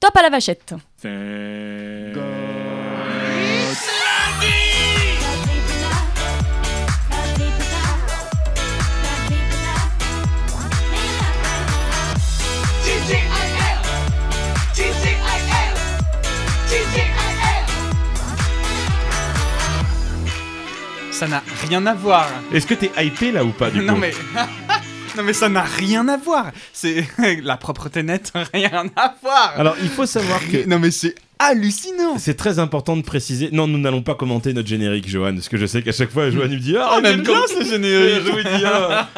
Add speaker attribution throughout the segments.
Speaker 1: Top à la vachette.
Speaker 2: Ça n'a rien à voir.
Speaker 3: Est-ce que t'es hypé là ou pas du
Speaker 2: non
Speaker 3: coup
Speaker 2: mais. euh, non mais ça n'a rien à voir. C'est la propreté nette, rien à voir.
Speaker 3: Alors il faut savoir que
Speaker 2: Non mais c'est hallucinant.
Speaker 3: c'est très important de préciser. Non, nous n'allons pas commenter notre générique, Johan, parce que je sais qu'à chaque fois, Johan il me dit
Speaker 2: Oh,
Speaker 3: Ah, on aime bien ce générique. Je lui dis, Ah.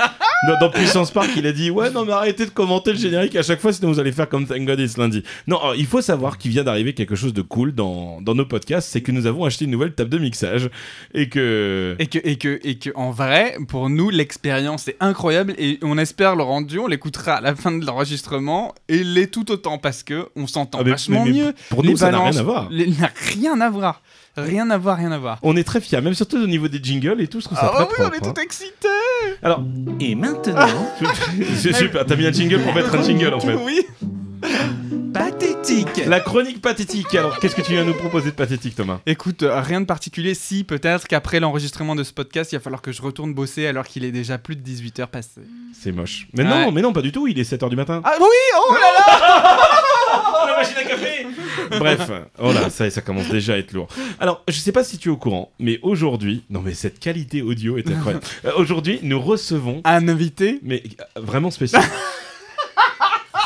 Speaker 3: Dans, dans Puissance Park, il a dit Ouais, non, mais arrêtez de commenter le générique à chaque fois, sinon vous allez faire comme Thank God It's lundi. Non, alors, il faut savoir qu'il vient d'arriver quelque chose de cool dans, dans nos podcasts c'est que nous avons acheté une nouvelle table de mixage et que.
Speaker 2: Et que, et, que, et que, en vrai, pour nous, l'expérience est incroyable et on espère le rendu, on l'écoutera à la fin de l'enregistrement et l'est tout autant parce que on s'entend
Speaker 3: Ah, mais-
Speaker 2: vachement
Speaker 3: mais- mais
Speaker 2: mieux.
Speaker 3: Pour
Speaker 2: Les
Speaker 3: nous, ça n'a
Speaker 2: balances-
Speaker 3: rien à voir.
Speaker 2: les- n'a rien à voir. Rien à voir, rien à voir.
Speaker 3: On est très fiers, même surtout au niveau des jingles et tout, je trouve ça
Speaker 2: Ah
Speaker 3: très
Speaker 2: oui,
Speaker 3: propre.
Speaker 2: on est
Speaker 3: hein.
Speaker 2: tout excités.
Speaker 3: Alors,
Speaker 4: Et maintenant,
Speaker 3: c'est super, t'as mis un jingle pour mettre un jingle en fait.
Speaker 2: Oui.
Speaker 4: pathétique.
Speaker 3: La chronique pathétique. Alors, qu'est-ce que tu viens nous proposer de pathétique, Thomas
Speaker 2: Écoute, euh, rien de particulier, si peut-être qu'après l'enregistrement de ce podcast, il va falloir que je retourne bosser alors qu'il est déjà plus de 18h passé.
Speaker 3: C'est moche. Mais
Speaker 2: Ouais.
Speaker 3: non, mais non, pas du tout. Il est 7h du matin.
Speaker 2: Ah oui, oh là là
Speaker 3: la machine à café Bref, oh là, ça, ça commence déjà à être lourd. Alors, je sais pas si tu es au courant, mais aujourd'hui, non mais cette qualité audio est incroyable. Euh, aujourd'hui, nous recevons,
Speaker 2: Un invité
Speaker 3: mais euh, vraiment spécial.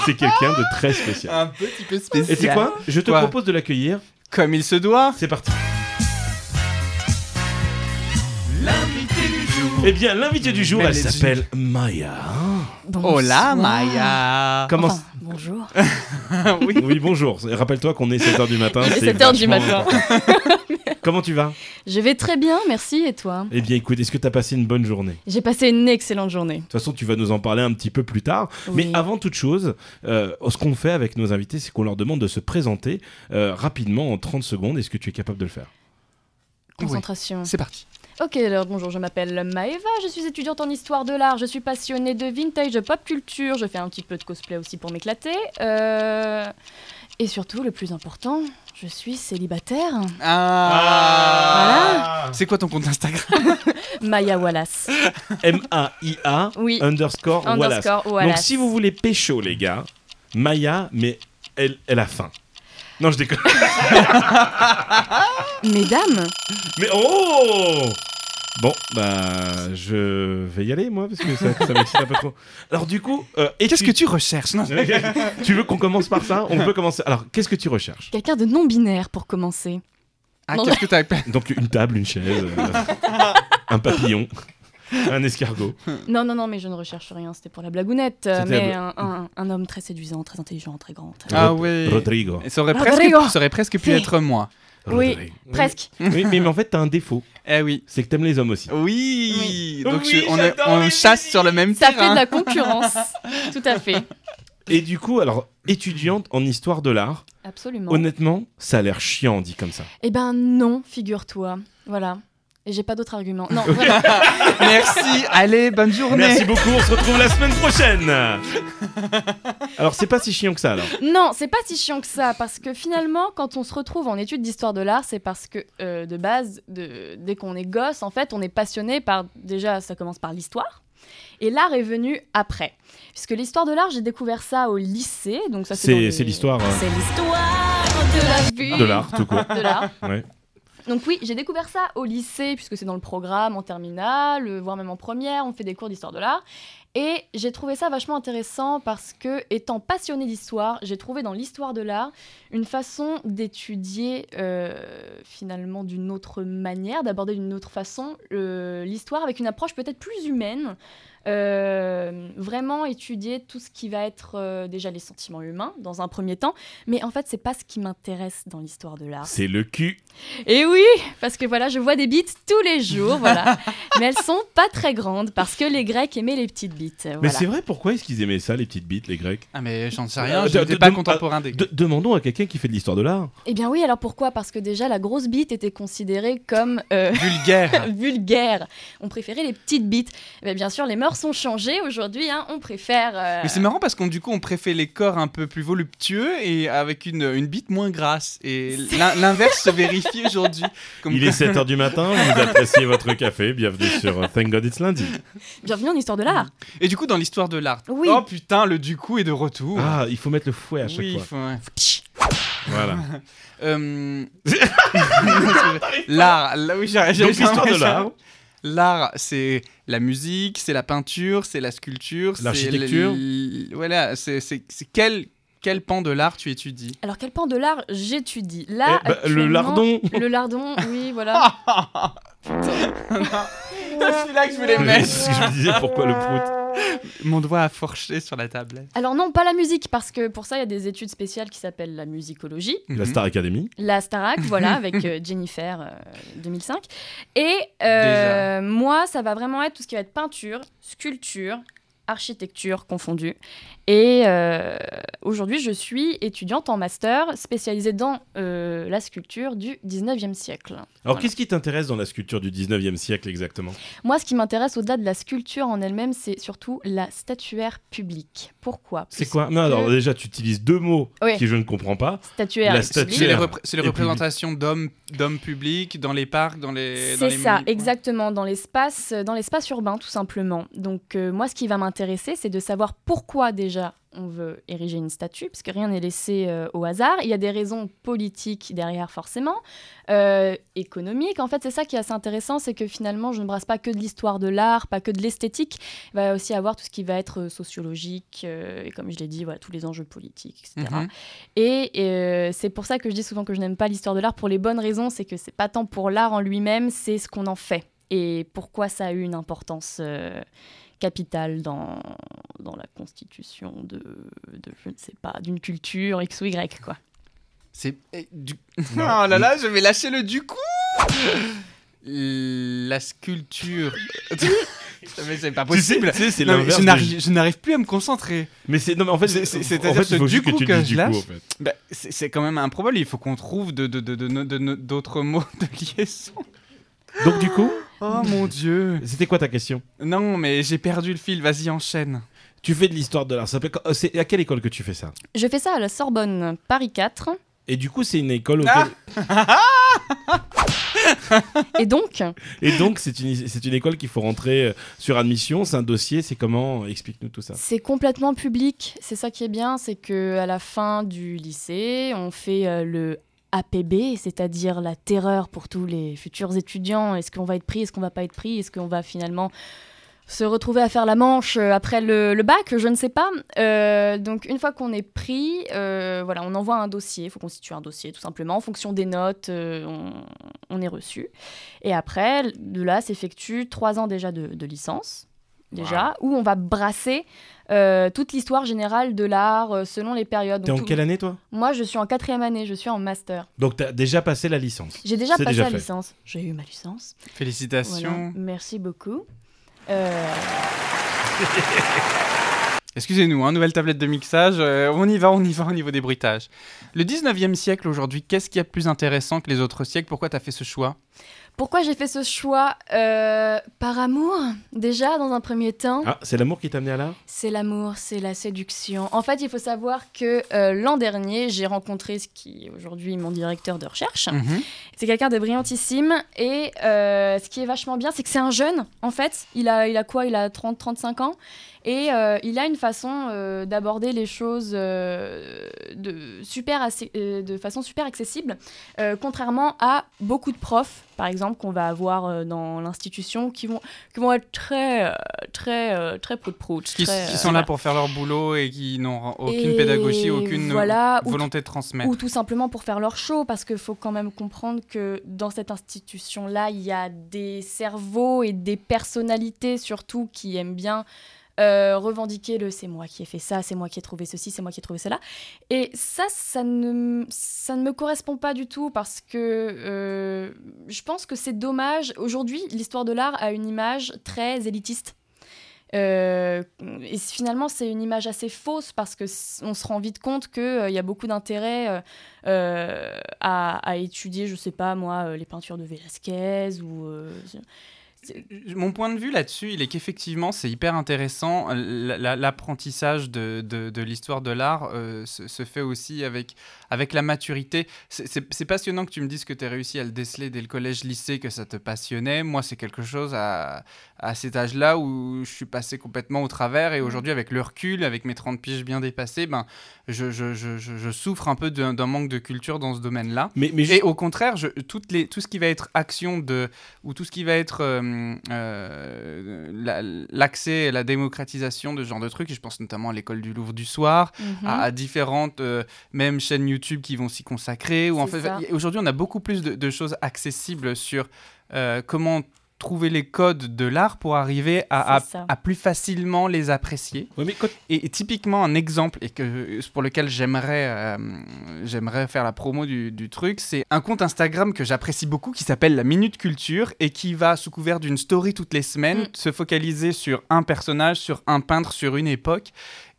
Speaker 3: C'est quelqu'un de très spécial.
Speaker 2: un petit peu spécial.
Speaker 3: Et c'est quoi Je te
Speaker 2: Quoi
Speaker 3: propose de l'accueillir.
Speaker 2: Comme il se doit.
Speaker 3: C'est parti. Eh bien, l'invité du jour,
Speaker 2: Mais
Speaker 3: elle
Speaker 2: les-
Speaker 3: s'appelle Maya.
Speaker 1: Bonsoir.
Speaker 2: Hola Oh Maya.
Speaker 3: Comment
Speaker 1: Ah, Enfin, bonjour.
Speaker 2: oui.
Speaker 3: Oui, bonjour. Rappelle-toi qu'on est 7h du matin.
Speaker 1: Il est
Speaker 3: c'est
Speaker 1: 7 heures du
Speaker 3: vachement
Speaker 1: matin.
Speaker 3: important. Comment tu vas
Speaker 1: Je vais très bien, merci. Et toi
Speaker 3: Eh bien, écoute, est-ce que t'as passé une bonne journée
Speaker 1: J'ai passé une excellente journée.
Speaker 3: De toute façon, tu vas nous en parler un petit peu plus tard.
Speaker 1: Oui.
Speaker 3: Mais avant toute chose, euh, ce qu'on fait avec nos invités, c'est qu'on leur demande de se présenter euh, rapidement en 30 secondes. Est-ce que tu es capable de le faire
Speaker 1: Concentration.
Speaker 2: C'est parti.
Speaker 1: Ok, alors bonjour, je m'appelle Maeva, je suis étudiante en histoire de l'art, je suis passionnée de vintage, de pop culture, je fais un petit peu de cosplay aussi pour m'éclater. euh, Et surtout, le plus important, je suis célibataire.
Speaker 2: Ah. C'est quoi ton compte Instagram
Speaker 1: Maya Wallace.
Speaker 3: M-A-I-A
Speaker 1: Oui,
Speaker 3: underscore Euh, Wallace.
Speaker 1: underscore
Speaker 3: Donc,
Speaker 1: Wallace.
Speaker 3: si vous voulez pécho, les gars, Maya, mais elle, elle a faim. Non, je déconne.
Speaker 1: Mesdames,
Speaker 3: Mais oh Bon, bah, je vais y aller, moi, parce que ça, ça m'excite un peu trop. Alors, du coup, euh,
Speaker 2: Et qu'est-ce que tu recherches Non,
Speaker 3: tu... tu veux qu'on commence par ça On peut commencer. Alors, qu'est-ce que tu recherches
Speaker 1: quelqu'un de non-binaire pour commencer.
Speaker 2: ah,
Speaker 1: Non,
Speaker 2: qu'est-ce que t'as
Speaker 3: Donc une table, une chaise, euh, un papillon, un escargot.
Speaker 1: Non, non, non, mais je ne recherche rien, c'était pour la blagounette. euh,
Speaker 3: C'était la
Speaker 1: Mais un, un- un homme très séduisant, très intelligent, très grand. très-
Speaker 2: Ah ouais.
Speaker 3: Rodrigo.
Speaker 2: Ça aurait presque,
Speaker 1: Rodrigo.
Speaker 2: ça aurait presque pu
Speaker 1: C'est-
Speaker 2: être moi.
Speaker 1: Oui.
Speaker 3: Rodrigo.
Speaker 1: Presque.
Speaker 3: Oui, mais, mais en fait, t'as un défaut.
Speaker 2: Eh oui.
Speaker 3: C'est que t'aimes les hommes aussi.
Speaker 2: Oui.
Speaker 3: Oui.
Speaker 2: Donc
Speaker 3: Oui,
Speaker 2: je- on, est-
Speaker 3: j'adore
Speaker 2: on
Speaker 3: les
Speaker 2: chasse
Speaker 3: filles.
Speaker 2: sur le même
Speaker 1: Ça fait
Speaker 2: terrain.
Speaker 1: de la concurrence. Tout à fait.
Speaker 3: Et du coup, alors, étudiante en histoire de l'art,
Speaker 1: Absolument.
Speaker 3: honnêtement, ça a l'air chiant dit comme ça.
Speaker 1: Eh ben non, figure-toi. Voilà. Et j'ai pas d'autres arguments. Non, voilà.
Speaker 2: Merci. Allez, bonne
Speaker 1: Oh,
Speaker 2: journée.
Speaker 3: Merci beaucoup, on se retrouve la semaine prochaine Alors, c'est pas si chiant que ça, alors.
Speaker 1: non, c'est pas si chiant que ça parce que finalement, quand on se retrouve en études d'histoire de l'art, c'est parce que euh, de base, de- dès qu'on est gosse, en fait, on est passionné par déjà, ça commence par l'histoire. Et l'art est venu après. Puisque l'histoire de l'art, j'ai découvert ça au lycée. Donc ça, c'est, dans
Speaker 3: C'est
Speaker 1: les-
Speaker 3: c'est l'histoire euh,
Speaker 1: C'est l'histoire de la vue.
Speaker 3: de l'art, tout court.
Speaker 1: De l'art.
Speaker 3: Ouais.
Speaker 1: Donc oui, j'ai découvert ça au lycée, puisque c'est dans le programme, en terminale, euh, voire même en première, on fait des cours d'histoire de l'art. Et j'ai trouvé ça vachement intéressant parce que, étant passionnée d'histoire, j'ai trouvé dans l'histoire de l'art une façon d'étudier euh, finalement d'une autre manière, d'aborder d'une autre façon euh, l'histoire avec une approche peut-être plus humaine. Euh, vraiment étudier tout ce qui va être euh, déjà les sentiments humains dans un premier temps, mais en fait c'est pas ce qui m'intéresse dans l'histoire de l'art.
Speaker 3: C'est le cul.
Speaker 1: Et oui, parce que voilà, je vois des bites tous les jours, voilà. Mais elles sont pas très grandes parce que les Grecs aimaient les petites bites. euh,
Speaker 3: Mais
Speaker 1: voilà.
Speaker 3: c'est vrai, pourquoi est-ce qu'ils aimaient ça, les petites bites, les Grecs
Speaker 2: Ah mais j'en sais rien.
Speaker 3: Euh,
Speaker 2: Je
Speaker 3: de-
Speaker 2: n'étais
Speaker 3: de-
Speaker 2: pas
Speaker 3: de-
Speaker 2: contemporain des.
Speaker 3: De- Demandons à quelqu'un qui fait de l'histoire de l'art.
Speaker 1: Eh bien oui, alors pourquoi Parce que déjà la grosse bite était considérée comme euh,
Speaker 2: Vulgaire.
Speaker 3: Ah.
Speaker 1: vulgaire. On préférait les petites bites. Mais bien sûr, les mœurs corps sont changés aujourd'hui. hein, on préfère. euh,
Speaker 2: Mais c'est marrant parce qu'on du coup on préfère les corps un peu plus voluptueux et avec une, une bite moins grasse et l'in- l'inverse se vérifie aujourd'hui. Comme
Speaker 3: Il est 7h du matin, vous appréciez votre café, bienvenue sur euh, Thank God It's Lundi.
Speaker 1: Bienvenue en histoire de l'art.
Speaker 2: Et du coup dans l'histoire de l'art.
Speaker 3: Hum.
Speaker 1: Oui.
Speaker 2: Oh putain le du coup est de retour.
Speaker 3: Ah, il faut mettre le fouet à chaque
Speaker 2: oui,
Speaker 3: fois.
Speaker 2: faut- ouais.
Speaker 3: Voilà.
Speaker 2: Euh, l'art. là, oui, j'ai- j'ai-
Speaker 3: Donc l'histoire de
Speaker 2: j'ai-
Speaker 3: l'art.
Speaker 2: L'art, c'est la musique, c'est la peinture, c'est la sculpture, c'est
Speaker 3: L'architecture.
Speaker 2: le- le- Voilà, c'est c'est- c'est quel, quel pan de l'art tu étudies
Speaker 1: Alors quel pan de l'art j'étudie Là,
Speaker 3: Eh ben, le
Speaker 1: actuellement-
Speaker 3: lardon.
Speaker 1: Le lardon, oui, voilà.
Speaker 2: C'est là que je voulais
Speaker 3: C'est ce que je me disais, pourquoi le prout
Speaker 2: Mon doigt a forché sur la table.
Speaker 1: Alors non, pas la musique, parce que pour ça, il y a des études spéciales qui s'appellent la musicologie.
Speaker 2: Mhm.
Speaker 3: La Star Academy.
Speaker 1: La Starac, voilà, avec euh, Jennifer euh, 2005. Et euh, moi, ça va vraiment être tout ce qui va être peinture, sculpture, architecture confondue. Et euh, aujourd'hui, je suis étudiante en master spécialisée dans euh, la sculpture du 19e siècle.
Speaker 3: Alors,
Speaker 1: Voilà.
Speaker 3: qu'est-ce qui t'intéresse dans la sculpture du 19e siècle exactement
Speaker 1: Moi, ce qui m'intéresse au-delà de la sculpture en elle-même, c'est surtout la statuaire publique. Pourquoi
Speaker 3: C'est quoi Non, alors déjà, tu utilises deux mots
Speaker 1: Mmh. Oui.
Speaker 3: qui je ne comprends pas.
Speaker 1: Statuaire
Speaker 3: La
Speaker 1: publique.
Speaker 2: C'est les,
Speaker 3: Cher.
Speaker 2: repré- c'est les
Speaker 3: Et
Speaker 2: représentations d'hommes d'hommes publics dans les parcs, dans les. dans
Speaker 1: C'est
Speaker 2: les
Speaker 1: ça,
Speaker 2: monuments.
Speaker 1: exactement, dans l'espace, euh, dans l'espace urbain tout simplement. Donc euh, moi, ce qui va m'intéresser, c'est de savoir pourquoi déjà on veut ériger une statue, parce que rien n'est laissé euh, au hasard. Il y a des raisons politiques derrière forcément, euh, économiques. En fait, c'est ça qui est assez intéressant, c'est que finalement, je ne brasse pas que de l'histoire de l'art, pas que de l'esthétique. Il va aussi avoir tout ce qui va être euh, sociologique, euh, et comme je l'ai dit, voilà, tous les enjeux politiques, etc.
Speaker 2: Mhm.
Speaker 1: Et euh, c'est pour ça que je dis souvent que je n'aime pas l'histoire de l'art pour les bonnes raisons, c'est que c'est pas tant pour l'art en lui-même, c'est ce qu'on en fait et pourquoi ça a eu une importance euh, capitale dans, dans la constitution de, de je ne sais pas d'une culture X ou Y quoi.
Speaker 2: C'est. eh, Du... Oh
Speaker 3: Non.
Speaker 2: là là, je vais lâcher le du coup La sculpture. Mais c'est pas
Speaker 3: Tu sais-
Speaker 2: possible
Speaker 3: tu sais, c'est
Speaker 2: Non, mais
Speaker 3: l'inverse.
Speaker 2: je
Speaker 3: de-
Speaker 2: n'arrive- je n'arrive plus à me concentrer.
Speaker 3: Mais c'est non, mais en fait,
Speaker 2: C'est- c'est-
Speaker 3: en
Speaker 2: c'est-à-dire
Speaker 3: fait, il
Speaker 2: ce
Speaker 3: faut
Speaker 2: du
Speaker 3: juste que
Speaker 2: coup
Speaker 3: tu
Speaker 2: que
Speaker 3: dises
Speaker 2: je
Speaker 3: du coup,
Speaker 2: lâche.
Speaker 3: en fait.
Speaker 2: Bah, c'est c'est quand même improbable, il faut qu'on trouve d'autres de, de, de, de- de- d'autres mots de liaison.
Speaker 3: Donc du coup,
Speaker 2: Oh mon dieu
Speaker 3: c'était quoi ta question
Speaker 2: Non, mais j'ai perdu le fil, vas-y, enchaîne.
Speaker 3: Tu fais de l'histoire de l'art. ça s'appelle- euh, C'est à quelle école que tu fais ça
Speaker 1: Je fais ça à la Sorbonne Paris 4
Speaker 3: Et du coup, c'est une école.
Speaker 2: Ah
Speaker 3: auquel-
Speaker 1: et donc
Speaker 3: Et donc, c'est une c'est une école qu'il faut rentrer euh, sur admission. C'est un dossier. C'est comment Explique-nous tout ça.
Speaker 1: C'est complètement public. C'est ça qui est bien, c'est que à la fin du lycée, on fait euh, le APB, c'est-à-dire la terreur pour tous les futurs étudiants. Est-ce qu'on va être pris Est-ce qu'on va pas être pris Est-ce qu'on va finalement se retrouver à faire la manche euh, après le, le bac Je ne sais pas. Euh, donc une fois qu'on est pris, euh, voilà, on envoie un dossier. Il faut constituer un dossier tout simplement. En fonction des notes, euh, on, on est reçu. Et après, de là s'effectuent trois ans déjà de, de licence. Déjà, où on va brasser euh, toute l'histoire générale de l'art euh, selon les périodes.
Speaker 3: T'es
Speaker 1: Donc,
Speaker 3: en
Speaker 1: tout-
Speaker 3: quelle année toi
Speaker 1: Moi, je suis en quatrième année, je suis en master.
Speaker 3: Donc t'as déjà passé la licence.
Speaker 1: J'ai déjà
Speaker 3: C'est
Speaker 1: passé
Speaker 3: déjà
Speaker 1: la
Speaker 3: fait.
Speaker 1: licence. J'ai eu ma licence. Voilà.
Speaker 2: Félicitations.
Speaker 1: Merci beaucoup. Euh,
Speaker 2: Excusez-nous, hein, nouvelle tablette de mixage, euh, on y va, on y va au niveau des bruitages. Le 19e siècle aujourd'hui, qu'est-ce qu'il y a de plus intéressant que les autres siècles Pourquoi t'as fait ce choix
Speaker 1: pourquoi j'ai fait ce choix Euh, Par amour, déjà, dans un premier temps.
Speaker 3: Ah, c'est l'amour qui t'a amené à l'art
Speaker 1: C'est l'amour, c'est la séduction. En fait, il faut savoir que euh, l'an dernier, j'ai rencontré ce qui est aujourd'hui mon directeur de recherche.
Speaker 2: Mhm.
Speaker 1: C'est quelqu'un de brillantissime. Et euh, ce qui est vachement bien, c'est que c'est un jeune, en fait. Il a, il a quoi Il a 30-35 ans. Et euh, il a une façon euh, d'aborder les choses euh, de, super assez- euh, de façon super accessible, euh, contrairement à beaucoup de profs, par exemple, qu'on va avoir euh, dans l'institution, qui vont, qui vont être très, euh, très, euh, très prout-prout.
Speaker 2: qui,
Speaker 1: très,
Speaker 2: qui
Speaker 1: euh,
Speaker 2: sont là
Speaker 1: voilà.
Speaker 2: pour faire leur boulot et qui n'ont aucune
Speaker 1: Et
Speaker 2: pédagogie, aucune
Speaker 1: voilà, ou
Speaker 2: volonté de transmettre.
Speaker 1: ou tout simplement pour faire leur show, parce qu'il faut quand même comprendre que dans cette institution-là, il y a des cerveaux et des personnalités surtout qui aiment bien euh, revendiquer le c'est moi qui ai fait ça, c'est moi qui ai trouvé ceci, c'est moi qui ai trouvé cela. Et ça, ça ne, m- ça ne me correspond pas du tout parce que euh, je pense que c'est dommage. Aujourd'hui, l'histoire de l'art a une image très élitiste. Euh, et c- finalement, c'est une image assez fausse parce que s- on se rend vite compte qu'il y a beaucoup d'intérêt euh, euh, à, à étudier, je sais pas moi, euh, les peintures de Velázquez ou. euh, C'est-
Speaker 2: Mon point de vue là-dessus, il est qu'effectivement, c'est hyper intéressant. L- la- L'apprentissage de, de- de l'histoire de l'art euh, se, se fait aussi avec, avec la maturité. C'est- C'est c'est passionnant que tu me dises que tu as réussi à le déceler dès le collège-lycée, que ça te passionnait. Moi, c'est quelque chose à, à cet âge-là où je suis passé complètement au travers. Et aujourd'hui, avec le recul, avec mes 30 piges bien dépassées, ben, je, je- je- je- je souffre un peu d'un d'un manque de culture dans ce domaine-là.
Speaker 3: Mais, mais
Speaker 2: Et au contraire, je, toutes les, tout ce qui va être action de, ou tout ce qui va être euh, euh, la- l'accès et la démocratisation de ce genre de trucs, et je pense notamment à l'école du Louvre du soir,
Speaker 1: Mm-hmm. Mhm.
Speaker 2: à, à différentes euh, même chaînes YouTube qui vont s'y consacrer. Ou en
Speaker 1: C'est
Speaker 2: fait,
Speaker 1: ça.
Speaker 2: y- aujourd'hui, on a beaucoup plus de, de choses accessibles sur euh, comment trouver les codes de l'art pour arriver à-
Speaker 1: C'est
Speaker 2: à-
Speaker 1: ça.
Speaker 2: à plus facilement les apprécier.
Speaker 3: Ouais, mais quand-
Speaker 2: Et typiquement un exemple et que pour lequel j'aimerais euh, j'aimerais faire la promo du, du truc, c'est un compte Instagram que j'apprécie beaucoup qui s'appelle la Minute Culture et qui va sous couvert d'une story toutes les semaines
Speaker 1: Mm.
Speaker 2: se focaliser sur un personnage, sur un peintre, sur une époque.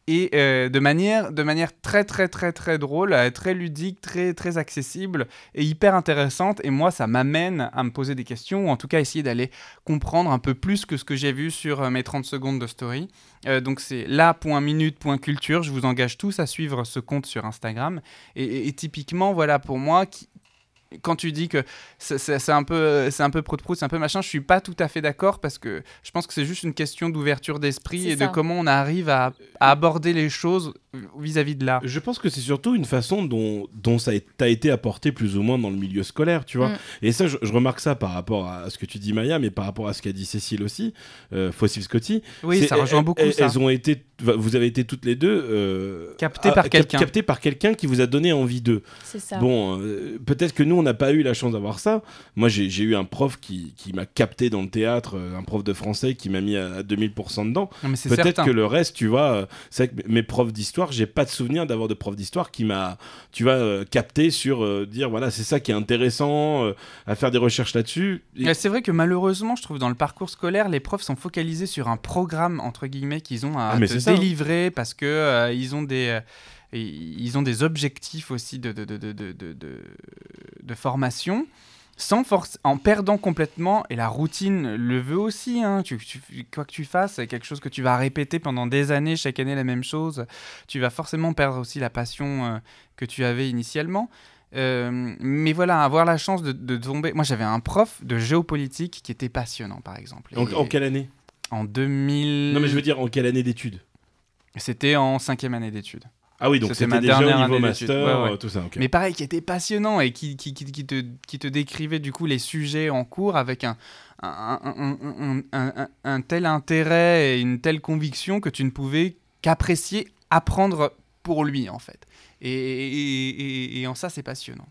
Speaker 2: Et euh, de, manière, de manière très très très très drôle, euh, très ludique, très très accessible et hyper intéressante. Et moi, ça m'amène à me poser des questions ou en tout cas essayer d'aller comprendre un peu plus que ce que j'ai vu sur euh, mes 30 secondes de story. Euh, donc c'est la.minute.culture. Je vous engage tous à suivre ce compte sur Instagram. Et, et- et typiquement, voilà pour moi, qui- quand tu dis que c'est- c'est c'est un peu, c'est un peu prout-prout, c'est un peu machin, je suis pas tout à fait d'accord parce que je pense que c'est juste une question d'ouverture d'esprit
Speaker 1: C'est
Speaker 2: et
Speaker 1: ça.
Speaker 2: de comment on arrive à, à aborder les choses vis-à-vis de l'art.
Speaker 3: Je pense que c'est surtout une façon dont, dont ça t'a été apporté plus ou moins dans le milieu scolaire, tu vois.
Speaker 1: Mm.
Speaker 3: Et ça, je, je remarque ça par rapport à ce que tu dis, Maya, mais par rapport à ce qu'a dit Cécile aussi, euh, Fossil Scotty.
Speaker 2: Oui,
Speaker 3: C'est-
Speaker 2: ça rejoint
Speaker 3: elles-
Speaker 2: beaucoup
Speaker 3: elles,
Speaker 2: ça.
Speaker 3: elles ont été, vous avez été toutes les deux euh,
Speaker 2: Captées
Speaker 3: à-
Speaker 2: par
Speaker 3: cap-
Speaker 2: quelqu'un.
Speaker 3: captées par quelqu'un qui vous a donné envie d'eux.
Speaker 1: C'est ça.
Speaker 3: Bon, euh, peut-être que nous, on n'a pas eu la chance d'avoir ça. Moi, j'ai j'ai eu un prof qui, qui m'a capté dans le théâtre, euh, un prof de français qui m'a mis à, à 2000% dedans.
Speaker 2: Non, mais c'est
Speaker 3: Peut-être
Speaker 2: certain.
Speaker 3: que le reste, tu vois, euh, c'est vrai que mes profs d'histoire, j'ai pas de souvenir d'avoir de prof d'histoire qui m'a, tu vois, euh, capté sur euh, dire, voilà, c'est ça qui est intéressant, euh, à faire des recherches là-dessus. Et-
Speaker 2: Ouais, C'est vrai que malheureusement, je trouve dans le parcours scolaire, les profs sont focalisés sur un programme entre guillemets qu'ils ont à
Speaker 3: Ah, mais
Speaker 2: te
Speaker 3: c'est ça.
Speaker 2: délivrer parce que euh, ils ont des euh, ils ont des objectifs aussi de de, de, de, de, de- de- de formation. Sans force, en perdant complètement, et la routine le veut aussi, hein, tu, tu- quoi que tu fasses, c'est quelque chose que tu vas répéter pendant des années, chaque année la même chose, tu vas forcément perdre aussi la passion euh, que tu avais initialement. Euh, mais voilà, avoir la chance de, de tomber. Moi, j'avais un prof de géopolitique qui était passionnant, par exemple.
Speaker 3: en,
Speaker 2: Et-
Speaker 3: en quelle année
Speaker 2: en 2000.
Speaker 3: Non, mais je veux dire, en quelle année d'études
Speaker 2: C'était en cinquième année d'études.
Speaker 3: Ah oui, donc
Speaker 2: C'était
Speaker 3: c'était
Speaker 2: ma
Speaker 3: déjà
Speaker 2: dernière
Speaker 3: au niveau
Speaker 2: année
Speaker 3: master,
Speaker 2: d'études. Ouais, ouais.
Speaker 3: euh, tout ça. ok.
Speaker 2: Mais pareil, qui était passionnant et qui, qui, qui, qui te, qui te décrivait du coup les sujets en cours avec un, un, un- un- un- un- un tel intérêt et une telle conviction que tu ne pouvais qu'apprécier, apprendre pour lui en fait. Et, et- et- et en ça, c'est passionnant.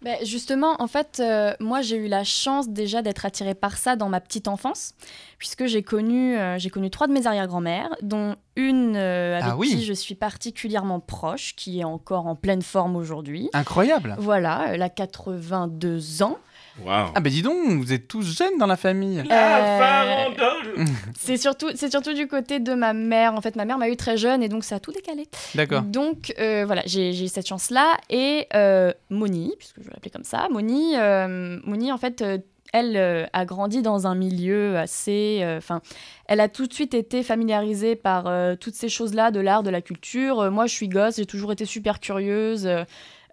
Speaker 1: Ben, justement, en fait, euh, moi j'ai eu la chance déjà d'être attirée par ça dans ma petite enfance, puisque j'ai connu, euh, j'ai connu trois de mes arrière-grand-mères, dont une euh, avec
Speaker 2: Ah oui.
Speaker 1: qui je suis particulièrement proche, qui est encore en pleine forme aujourd'hui.
Speaker 2: Incroyable!
Speaker 1: Voilà, elle a 82 ans.
Speaker 3: Waouh.
Speaker 2: Ah, ben dis donc, vous êtes tous jeunes dans la famille!
Speaker 1: Euh, C'est surtout, c'est surtout du côté de ma mère. En fait, ma mère m'a eu très jeune et donc ça a tout décalé.
Speaker 2: D'accord.
Speaker 1: Donc euh, voilà, j'ai j'ai eu cette chance-là. Et euh, Moni, puisque je vais l'appeler comme ça, Moni, euh, Moni en fait, euh, elle euh, a grandi dans un milieu assez... euh, Enfin, elle a tout de suite été familiarisée par euh, toutes ces choses-là, de l'art, de la culture. Euh, moi, je suis gosse, j'ai toujours été super curieuse. euh,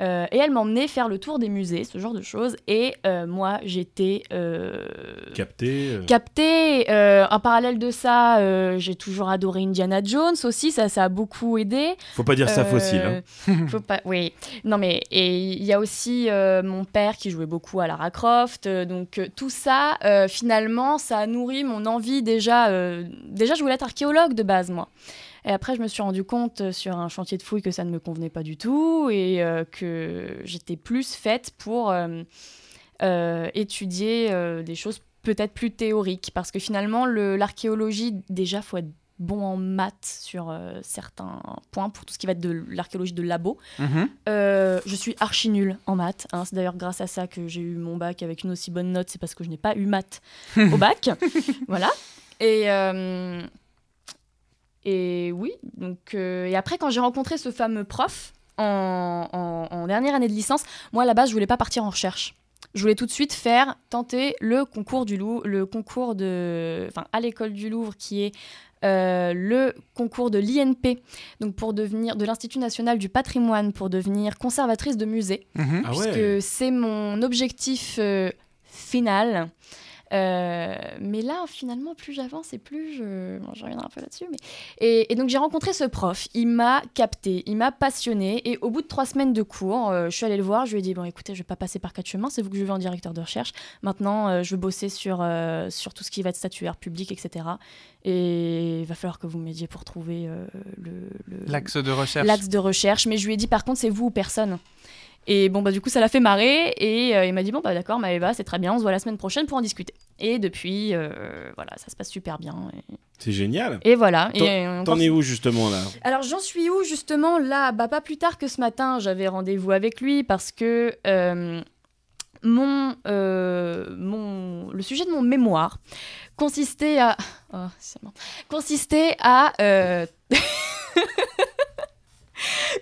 Speaker 1: euh, et elle m'emmenait faire le tour des musées, ce genre de choses. Et euh, moi, j'étais... euh,
Speaker 3: Capté. euh,
Speaker 1: capté. Euh, en parallèle de ça, euh, j'ai toujours adoré Indiana Jones aussi, ça, ça a beaucoup aidé.
Speaker 3: Faut pas dire ça
Speaker 1: Euh,
Speaker 3: fossile. hein.
Speaker 1: faut pas, oui. Non mais et il y a aussi euh, mon père qui jouait beaucoup à Lara Croft, euh, donc euh, tout ça euh, finalement ça a nourri mon envie déjà. euh, déjà je voulais être archéologue de base moi. Et après je me suis rendu compte euh, sur un chantier de fouilles que ça ne me convenait pas du tout et euh, que j'étais plus faite pour euh, euh, étudier euh, des choses peut-être plus théoriques parce que finalement le- l'archéologie déjà faut être bon en maths sur euh, certains points pour tout ce qui va être de l'archéologie de labo.
Speaker 2: Mhm.
Speaker 1: Euh, je suis archi nulle en maths. hein. C'est d'ailleurs grâce à ça que j'ai eu mon bac avec une aussi bonne note. C'est parce que je n'ai pas eu maths au bac. voilà. Et, euh, et oui. Donc, euh, et après, quand j'ai rencontré ce fameux prof en, en- en dernière année de licence, moi, à la base, je voulais pas partir en recherche. je voulais tout de suite faire tenter le concours du Louvre, le concours de, enfin, à l'école du Louvre, qui est euh, le concours de l'INP, donc pour devenir de l'Institut national du patrimoine, pour devenir conservatrice de musée,
Speaker 2: Mhm.
Speaker 3: Ah
Speaker 1: puisque
Speaker 3: ouais.
Speaker 1: c'est mon objectif euh, final. Euh, mais là, finalement, plus j'avance et plus je. bon, je reviendrai un peu là-dessus. Mais... Et, et donc, j'ai rencontré ce prof. Il m'a capté, il m'a passionné. Et au bout de trois semaines de cours, euh, je suis allée le voir. Je lui ai dit Bon, écoutez, je vais pas passer par quatre chemins. C'est vous que je veux en directeur de recherche. Maintenant, euh, je veux bosser sur, euh, sur tout ce qui va être statuaire public, etc. Et il va falloir que vous m'aidiez pour trouver euh, le, le-
Speaker 2: L'axe de recherche.
Speaker 1: l'axe de recherche. Mais je lui ai dit Par contre, c'est vous ou personne. Et bon, bah, du coup, ça l'a fait marrer. Et euh, il m'a dit Bon, bah, d'accord, Maëva, c'est très bien. On se voit la semaine prochaine pour en discuter. Et depuis, euh, voilà, ça se passe super bien.
Speaker 3: C'est génial.
Speaker 1: Et, et voilà.
Speaker 3: T'en-
Speaker 1: et, euh, on
Speaker 3: T'en es où justement là
Speaker 1: alors j'en suis où justement là Bah pas plus tard que ce matin, j'avais rendez-vous avec lui parce que euh, mon, euh, mon le sujet de mon mémoire consistait à oh, c'est bon. consistait à euh,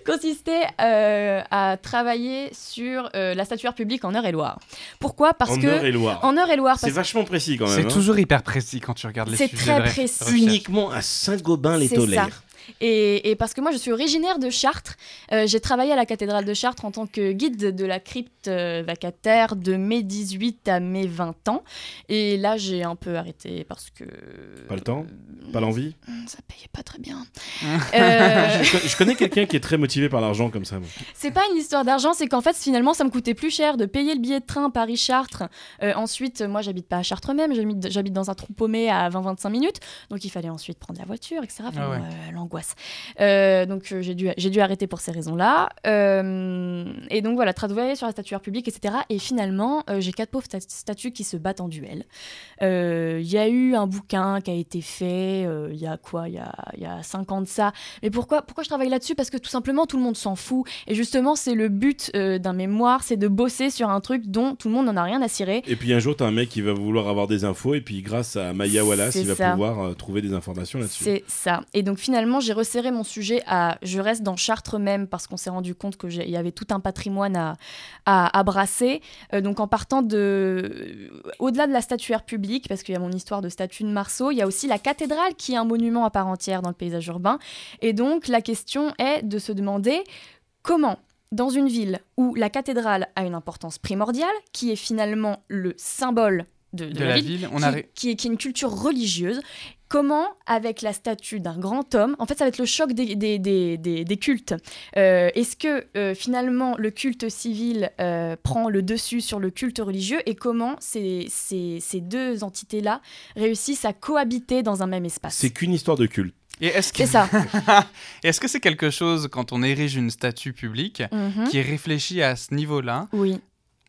Speaker 1: consistait euh, à travailler sur euh, la statuaire publique en Eure-et-Loire. Pourquoi Parce
Speaker 3: En
Speaker 1: que
Speaker 3: Eure-et-Loire.
Speaker 1: en Eure-et-Loire
Speaker 3: C'est
Speaker 1: parce
Speaker 3: vachement précis quand même.
Speaker 2: C'est
Speaker 3: hein.
Speaker 2: toujours hyper précis quand tu regardes les
Speaker 1: C'est
Speaker 2: sujets
Speaker 1: très
Speaker 2: de re-
Speaker 1: précis.
Speaker 2: recherche.
Speaker 3: uniquement à Saint-Gobain-les-Tolères.
Speaker 1: Et, et parce que moi, je suis originaire de Chartres. Euh, j'ai travaillé à la cathédrale de Chartres en tant que guide de la crypte euh, vacataire de mes 18 à mes 20 ans. Et là, j'ai un peu arrêté parce que. euh,
Speaker 3: Pas le temps Pas l'envie
Speaker 1: Ça payait pas très bien. Euh,
Speaker 3: je, co- je connais quelqu'un qui est très motivé par l'argent comme ça. moi.
Speaker 1: c'est pas une histoire d'argent, c'est qu'en fait, finalement, ça me coûtait plus cher de payer le billet de train Paris-Chartres. Euh, ensuite, moi, j'habite pas à Chartres même, j'habite j'habite dans un trou paumé à 20-25 minutes. Donc, il fallait ensuite prendre la voiture, etc. Enfin,
Speaker 2: Ah ouais.
Speaker 1: euh, L'angoisse. Euh, donc, euh, j'ai dû, j'ai dû arrêter pour ces raisons-là. Euh, et donc, voilà, travailler sur la statuaire publique, etc. Et finalement, euh, j'ai quatre pauvres sta- statues qui se battent en duel. Euh, Il y a eu un bouquin qui a été fait, euh, il y a quoi Il y a, il y a 50 ça. Mais pourquoi, pourquoi je travaille là-dessus Parce que tout simplement, tout le monde s'en fout. Et justement, c'est le but euh, d'un mémoire, c'est de bosser sur un truc dont tout le monde n'en a rien à cirer.
Speaker 3: Et puis un jour, t'as un mec qui va vouloir avoir des infos, et puis grâce à Maya Wallace,
Speaker 1: C'est
Speaker 3: il va
Speaker 1: ça.
Speaker 3: pouvoir euh, trouver des informations là-dessus.
Speaker 1: C'est ça. Et donc finalement, j'ai resserré mon sujet à je reste dans Chartres même parce qu'on s'est rendu compte que j'ai- il y avait tout un patrimoine à, à, à brasser. Euh, donc en partant de au-delà de la statuaire publique, parce qu'il y a mon histoire de statue de Marceau, il y a aussi la cathédrale qui est un monument à part entière dans le paysage urbain. Et donc la question est de se demander comment. Dans une ville où la cathédrale a une importance primordiale, qui est finalement le symbole de, de
Speaker 2: De la ville, on
Speaker 1: qui,
Speaker 2: arrive.
Speaker 1: qui est, qui est une culture religieuse. Comment, avec la statue d'un grand homme, en fait, ça va être le choc des, des, des- des- des cultes. Euh, Est-ce que euh, finalement le culte civil euh, prend le dessus sur le culte religieux et comment ces, ces, ces deux entités-là réussissent à cohabiter dans un même espace
Speaker 3: C'est qu'une histoire de culte.
Speaker 2: Et est-ce que
Speaker 1: C'est ça.
Speaker 2: et est-ce que c'est quelque chose quand on érige une statue publique
Speaker 1: Mhm.
Speaker 2: qui est réfléchie à ce niveau-là
Speaker 1: Oui,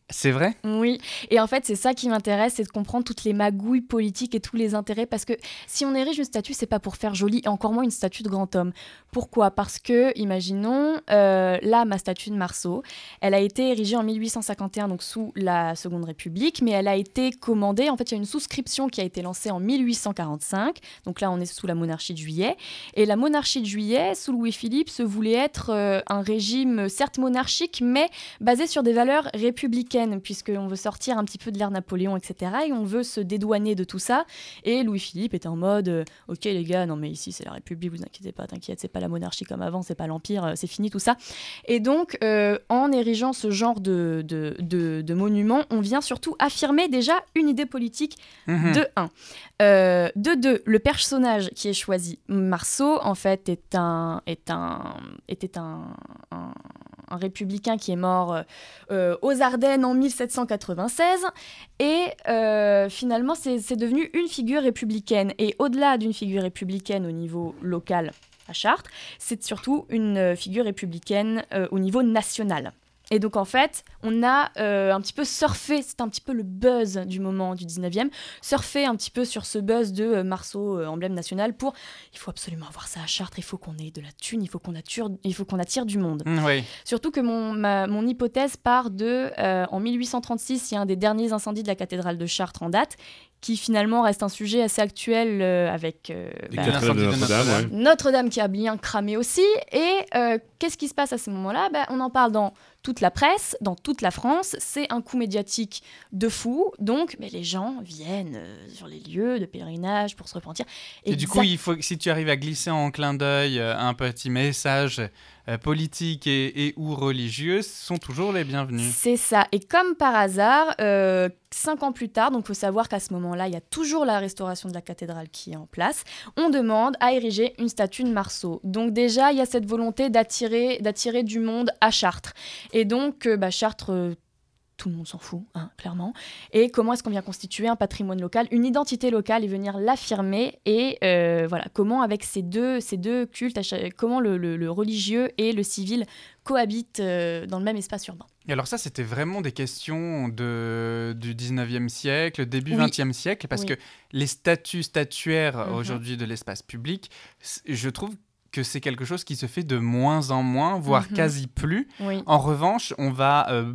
Speaker 2: C'est vrai
Speaker 1: oui. Et en fait, c'est ça qui m'intéresse, c'est de comprendre toutes les magouilles politiques et tous les intérêts. Parce que si on érige une statue, c'est pas pour faire joli, et encore moins une statue de grand homme. Pourquoi Parce que, imaginons, euh, là, ma statue de Marceau, elle a été érigée en 1851, donc sous la Seconde République, mais elle a été commandée. En fait, il y a une souscription qui a été lancée en 1845. Donc là, on est sous la monarchie de Juillet. Et la monarchie de Juillet, sous Louis-Philippe, se voulait être euh, un régime euh, certes monarchique, mais basé sur des valeurs républicaines, puisqu'on veut sortir un petit peu de l'ère Napoléon, etc. Et on veut se dédouaner de tout ça. Et Louis-Philippe était en mode euh, Ok, les gars, non, mais ici, c'est la République, vous inquiétez pas, t'inquiète, c'est pas la monarchie comme avant, c'est pas l'Empire, euh, c'est fini tout ça. Et donc, euh, en érigeant ce genre de, de, de, de monument, on vient surtout affirmer déjà une idée politique
Speaker 2: Mhm.
Speaker 1: de 1. Euh, de 2, le personnage qui est choisi, Marceau, en fait, est un, est un, était un, un- un républicain qui est mort euh, euh, aux Ardennes en 1796. Et euh, finalement, c'est c'est devenu une figure républicaine. Et au-delà d'une figure républicaine au niveau local à Chartres, c'est surtout une euh, figure républicaine euh, au niveau national. Et donc en fait, on a euh, un petit peu surfé, c'est un petit peu le buzz du moment du 19e, surfer un petit peu sur ce buzz de euh, Marceau, euh, emblème national, pour il faut absolument avoir ça à Chartres, il faut qu'on ait de la thune, il faut qu'on attire, il faut qu'on attire du monde.
Speaker 2: Mm, oui.
Speaker 1: Surtout que mon, ma- mon hypothèse part de, euh, en 1836, il y a un des derniers incendies de la cathédrale de Chartres en date, qui finalement reste un sujet assez actuel euh, avec euh,
Speaker 3: Des
Speaker 1: bah,
Speaker 3: cathédrales
Speaker 2: l'incendie
Speaker 3: de
Speaker 2: de
Speaker 3: Notre-Dame,
Speaker 2: Notre-Dame.
Speaker 3: ouais.
Speaker 1: Notre-Dame qui a bien cramé aussi. Et euh, qu'est-ce qui se passe à ce moment-là Bah, On en parle dans toute la presse, dans toute la France. C'est un coup médiatique de fou. Donc, mais les gens viennent euh, sur les lieux de pèlerinage pour se repentir.
Speaker 2: Et du coup, il faut, que- si tu arrives à glisser en clin d'œil euh, un petit message euh, politique et, et ou religieux, ce sont toujours les bienvenus.
Speaker 1: C'est ça. Et comme par hasard, euh, cinq ans plus tard, donc faut savoir qu'à ce moment-là, il y a toujours la restauration de la cathédrale qui est en place, on demande à ériger une statue de Marceau. Donc déjà, il y a cette volonté d'attirer, d'attirer du monde à Chartres. Et donc, euh, bah, Chartres... euh, tout le monde s'en fout, hein, clairement. Et comment est-ce qu'on vient constituer un patrimoine local, une identité locale et venir l'affirmer Et euh, voilà, comment avec ces deux, ces deux cultes, à cha- comment le, le- le religieux et le civil cohabitent euh, dans le même espace urbain
Speaker 2: Et alors ça, c'était vraiment des questions de, du 19e siècle, début
Speaker 1: Oui.
Speaker 2: 20e siècle, parce
Speaker 1: Oui.
Speaker 2: que les statuts statuaires
Speaker 1: Mhm.
Speaker 2: aujourd'hui de l'espace public, c- je trouve que c'est quelque chose qui se fait de moins en moins, voire
Speaker 1: Mhm.
Speaker 2: quasi plus.
Speaker 1: Oui.
Speaker 2: En revanche, on va, euh,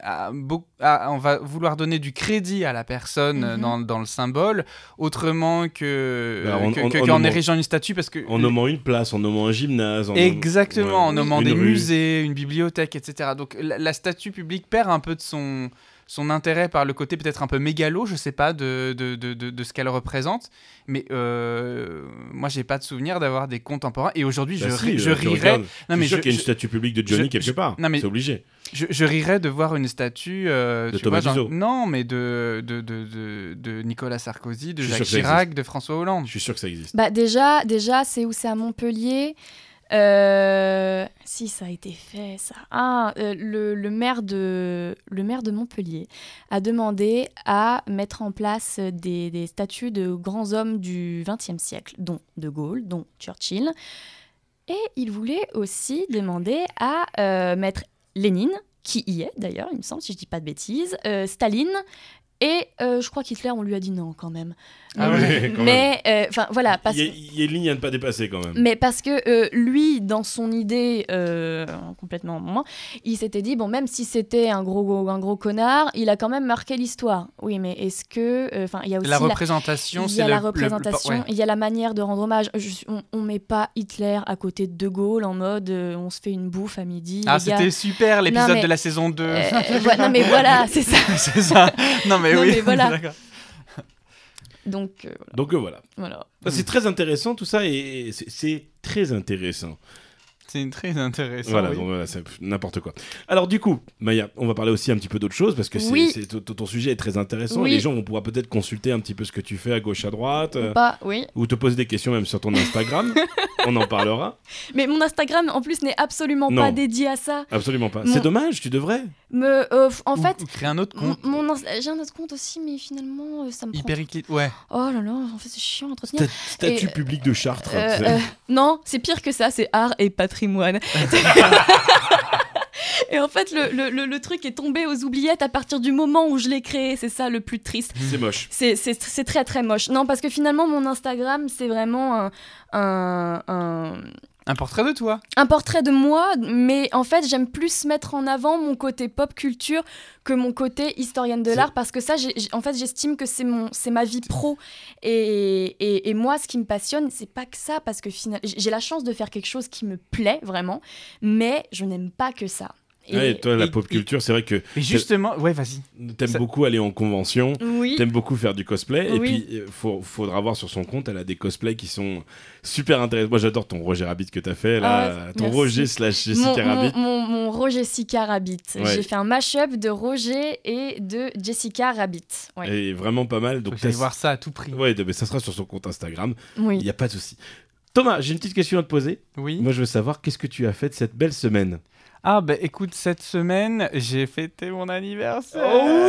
Speaker 2: à beau- à- on va vouloir donner du crédit à la personne euh,
Speaker 1: Mhm.
Speaker 2: dans, dans le symbole, autrement que,
Speaker 3: Bah, on-
Speaker 2: que-
Speaker 3: on-
Speaker 2: que-
Speaker 3: on
Speaker 2: qu'en
Speaker 3: nomme-
Speaker 2: érigeant une statue, parce que
Speaker 3: En nommant une place, en nommant un gymnase. En
Speaker 2: exactement, en
Speaker 3: ouais.
Speaker 2: nommant
Speaker 3: Une
Speaker 2: des
Speaker 3: rue.
Speaker 2: musées, une bibliothèque, etc. Donc la, la statue publique perd un peu de son son intérêt par le côté peut-être un peu mégalo, je sais pas, de, de, de, de, de ce qu'elle représente. Mais euh, moi, j'ai pas de souvenir d'avoir des contemporains. Et aujourd'hui,
Speaker 3: Bah
Speaker 2: je,
Speaker 3: si,
Speaker 2: ri-
Speaker 3: euh,
Speaker 2: je
Speaker 3: tu
Speaker 2: rirais.
Speaker 3: regardes,
Speaker 2: Non,
Speaker 3: je
Speaker 2: mais
Speaker 3: suis sûr
Speaker 2: je-
Speaker 3: qu'il y a une
Speaker 2: je-
Speaker 3: statue publique de Johnny
Speaker 2: je-
Speaker 3: quelque part.
Speaker 2: non, mais-
Speaker 3: C'est obligé.
Speaker 2: je, je rirais de voir une statue euh,
Speaker 3: De
Speaker 2: tu
Speaker 3: Thomas
Speaker 2: vois, genre-
Speaker 3: Guizot.
Speaker 2: non, mais de, de, de, de, de Nicolas Sarkozy, de
Speaker 3: Je suis
Speaker 2: Jacques
Speaker 3: sûr que ça
Speaker 2: Chirac, de François Hollande.
Speaker 3: Je suis sûr que ça existe.
Speaker 1: Bah déjà, déjà c'est où c'est à Montpellier. Euh, Si ça a été fait, ça. Ah, euh, le, le maire de le maire de Montpellier a demandé à mettre en place des, des statues de grands hommes du XXe siècle, dont De Gaulle, dont Churchill, et il voulait aussi demander à euh, mettre Lénine, qui y est d'ailleurs, il me semble, si je dis pas de bêtises, euh, Staline. Et euh, je crois qu'Hitler, on lui a dit non quand même.
Speaker 2: Ah
Speaker 1: Mais-
Speaker 3: ouais, quand même.
Speaker 1: mais euh, enfin voilà, parce
Speaker 3: Il y, a, il y a une ligne à ne pas dépasser quand même.
Speaker 1: mais parce que euh, lui, dans son idée euh, complètement moins, il s'était dit bon, même si c'était un gros un gros connard, il a quand même marqué l'histoire. Oui, mais est-ce que, euh, enfin, il y a aussi
Speaker 2: La
Speaker 1: la-
Speaker 2: représentation,
Speaker 1: il
Speaker 2: c'est
Speaker 1: y a
Speaker 2: le-
Speaker 1: la
Speaker 2: le- le-
Speaker 1: représentation,
Speaker 2: ouais.
Speaker 1: il y a la manière de rendre hommage. Je suis- on, on met pas Hitler à côté de De Gaulle en mode euh, on se fait une bouffe à midi.
Speaker 2: Ah,
Speaker 1: les gars.
Speaker 2: c'était super l'épisode
Speaker 1: mais-
Speaker 2: de la saison 2.
Speaker 1: Euh, ouais, non mais voilà, c'est ça.
Speaker 2: c'est ça. Non, mais
Speaker 1: Non,
Speaker 2: oui.
Speaker 1: mais voilà.
Speaker 2: D'accord.
Speaker 1: Donc euh,
Speaker 3: Donc euh, voilà.
Speaker 1: voilà.
Speaker 3: Ah, C'est très intéressant tout ça et- et c'est- c'est très intéressant.
Speaker 2: C'est très intéressant.
Speaker 3: voilà,
Speaker 2: oui.
Speaker 3: donc voilà, c'est pff, n'importe quoi. Alors du coup, Maya, on va parler aussi un petit peu d'autre chose parce que c'est-
Speaker 1: Oui.
Speaker 3: c'est- ton- ton sujet est très intéressant.
Speaker 1: Oui.
Speaker 3: Les gens vont pouvoir peut-être consulter un petit peu ce que tu fais à gauche, à droite, euh,
Speaker 1: Ou Pas, oui.
Speaker 3: ou te poser des questions même sur ton Instagram. on en parlera.
Speaker 1: Mais mon Instagram en plus n'est absolument
Speaker 3: Non.
Speaker 1: pas dédié à ça.
Speaker 3: Absolument pas.
Speaker 1: Mon-
Speaker 3: C'est dommage, tu devrais.
Speaker 1: Me, euh, f- en
Speaker 2: Ou-
Speaker 1: fait,
Speaker 2: ou créer un autre
Speaker 1: Mon-
Speaker 2: compte.
Speaker 1: mon ins- J'ai un autre compte aussi, mais finalement, euh, ça me prend.
Speaker 2: Hypericlite. Ouais.
Speaker 1: Oh là là, en fait, c'est chiant à entretenir.
Speaker 3: Stat- statut
Speaker 1: Et, euh,
Speaker 3: public de Chartres.
Speaker 1: Euh,
Speaker 3: tu sais.
Speaker 1: euh, non, c'est pire que ça, c'est art et patrimoine. et en fait, le, le- le- le truc est tombé aux oubliettes à partir du moment où je l'ai créé, c'est ça le plus triste.
Speaker 3: C'est moche.
Speaker 1: C'est- C'est c'est très très moche. Non, parce que finalement, mon Instagram, c'est vraiment un- un- un,
Speaker 2: Un portrait de toi.
Speaker 1: un portrait de moi, mais en fait, j'aime plus mettre en avant mon côté pop culture que mon côté historienne de
Speaker 3: C'est-
Speaker 1: l'art, parce que ça, j'ai- j'ai- en fait, j'estime que c'est mon, c'est ma vie pro. Et, et, et moi, ce qui me passionne, c'est pas que ça, parce que finalement, j'ai la chance de faire quelque chose qui me plaît vraiment, mais je n'aime pas que ça. Et-
Speaker 3: Ouais, et toi, la
Speaker 2: et-
Speaker 3: pop
Speaker 2: et-
Speaker 3: culture, c'est vrai que
Speaker 2: Mais justement, ouais, vas-y.
Speaker 3: t'aimes
Speaker 2: Ça-
Speaker 3: beaucoup aller en convention.
Speaker 1: oui.
Speaker 3: T'aimes beaucoup faire du cosplay
Speaker 1: Oui.
Speaker 3: et puis euh, faut- faudra voir sur son compte, elle a des cosplays qui sont super intéressants. Moi j'adore ton Roger Rabbit que t'as fait là,
Speaker 1: Ah ouais,
Speaker 3: ton
Speaker 1: merci.
Speaker 3: Roger slash
Speaker 1: Mon,
Speaker 3: Jessica
Speaker 1: mon,
Speaker 3: Rabbit.
Speaker 1: mon, mon Roger Sica Rabbit.
Speaker 3: Ouais.
Speaker 1: J'ai fait un mash-up de Roger et de Jessica Rabbit. Ouais.
Speaker 3: est vraiment pas mal.
Speaker 2: Donc,
Speaker 3: Donc
Speaker 2: j'allais
Speaker 3: t'as-
Speaker 2: voir ça à tout prix.
Speaker 3: ouais, mais ça sera sur son compte Instagram. Il
Speaker 1: Oui.
Speaker 3: n'y a pas de souci. Thomas, j'ai une petite question à te poser.
Speaker 2: Oui.
Speaker 3: Moi je veux savoir qu'est-ce que tu as fait de cette belle semaine.
Speaker 2: Ah, bah écoute, cette semaine, j'ai fêté mon anniversaire.
Speaker 3: Oh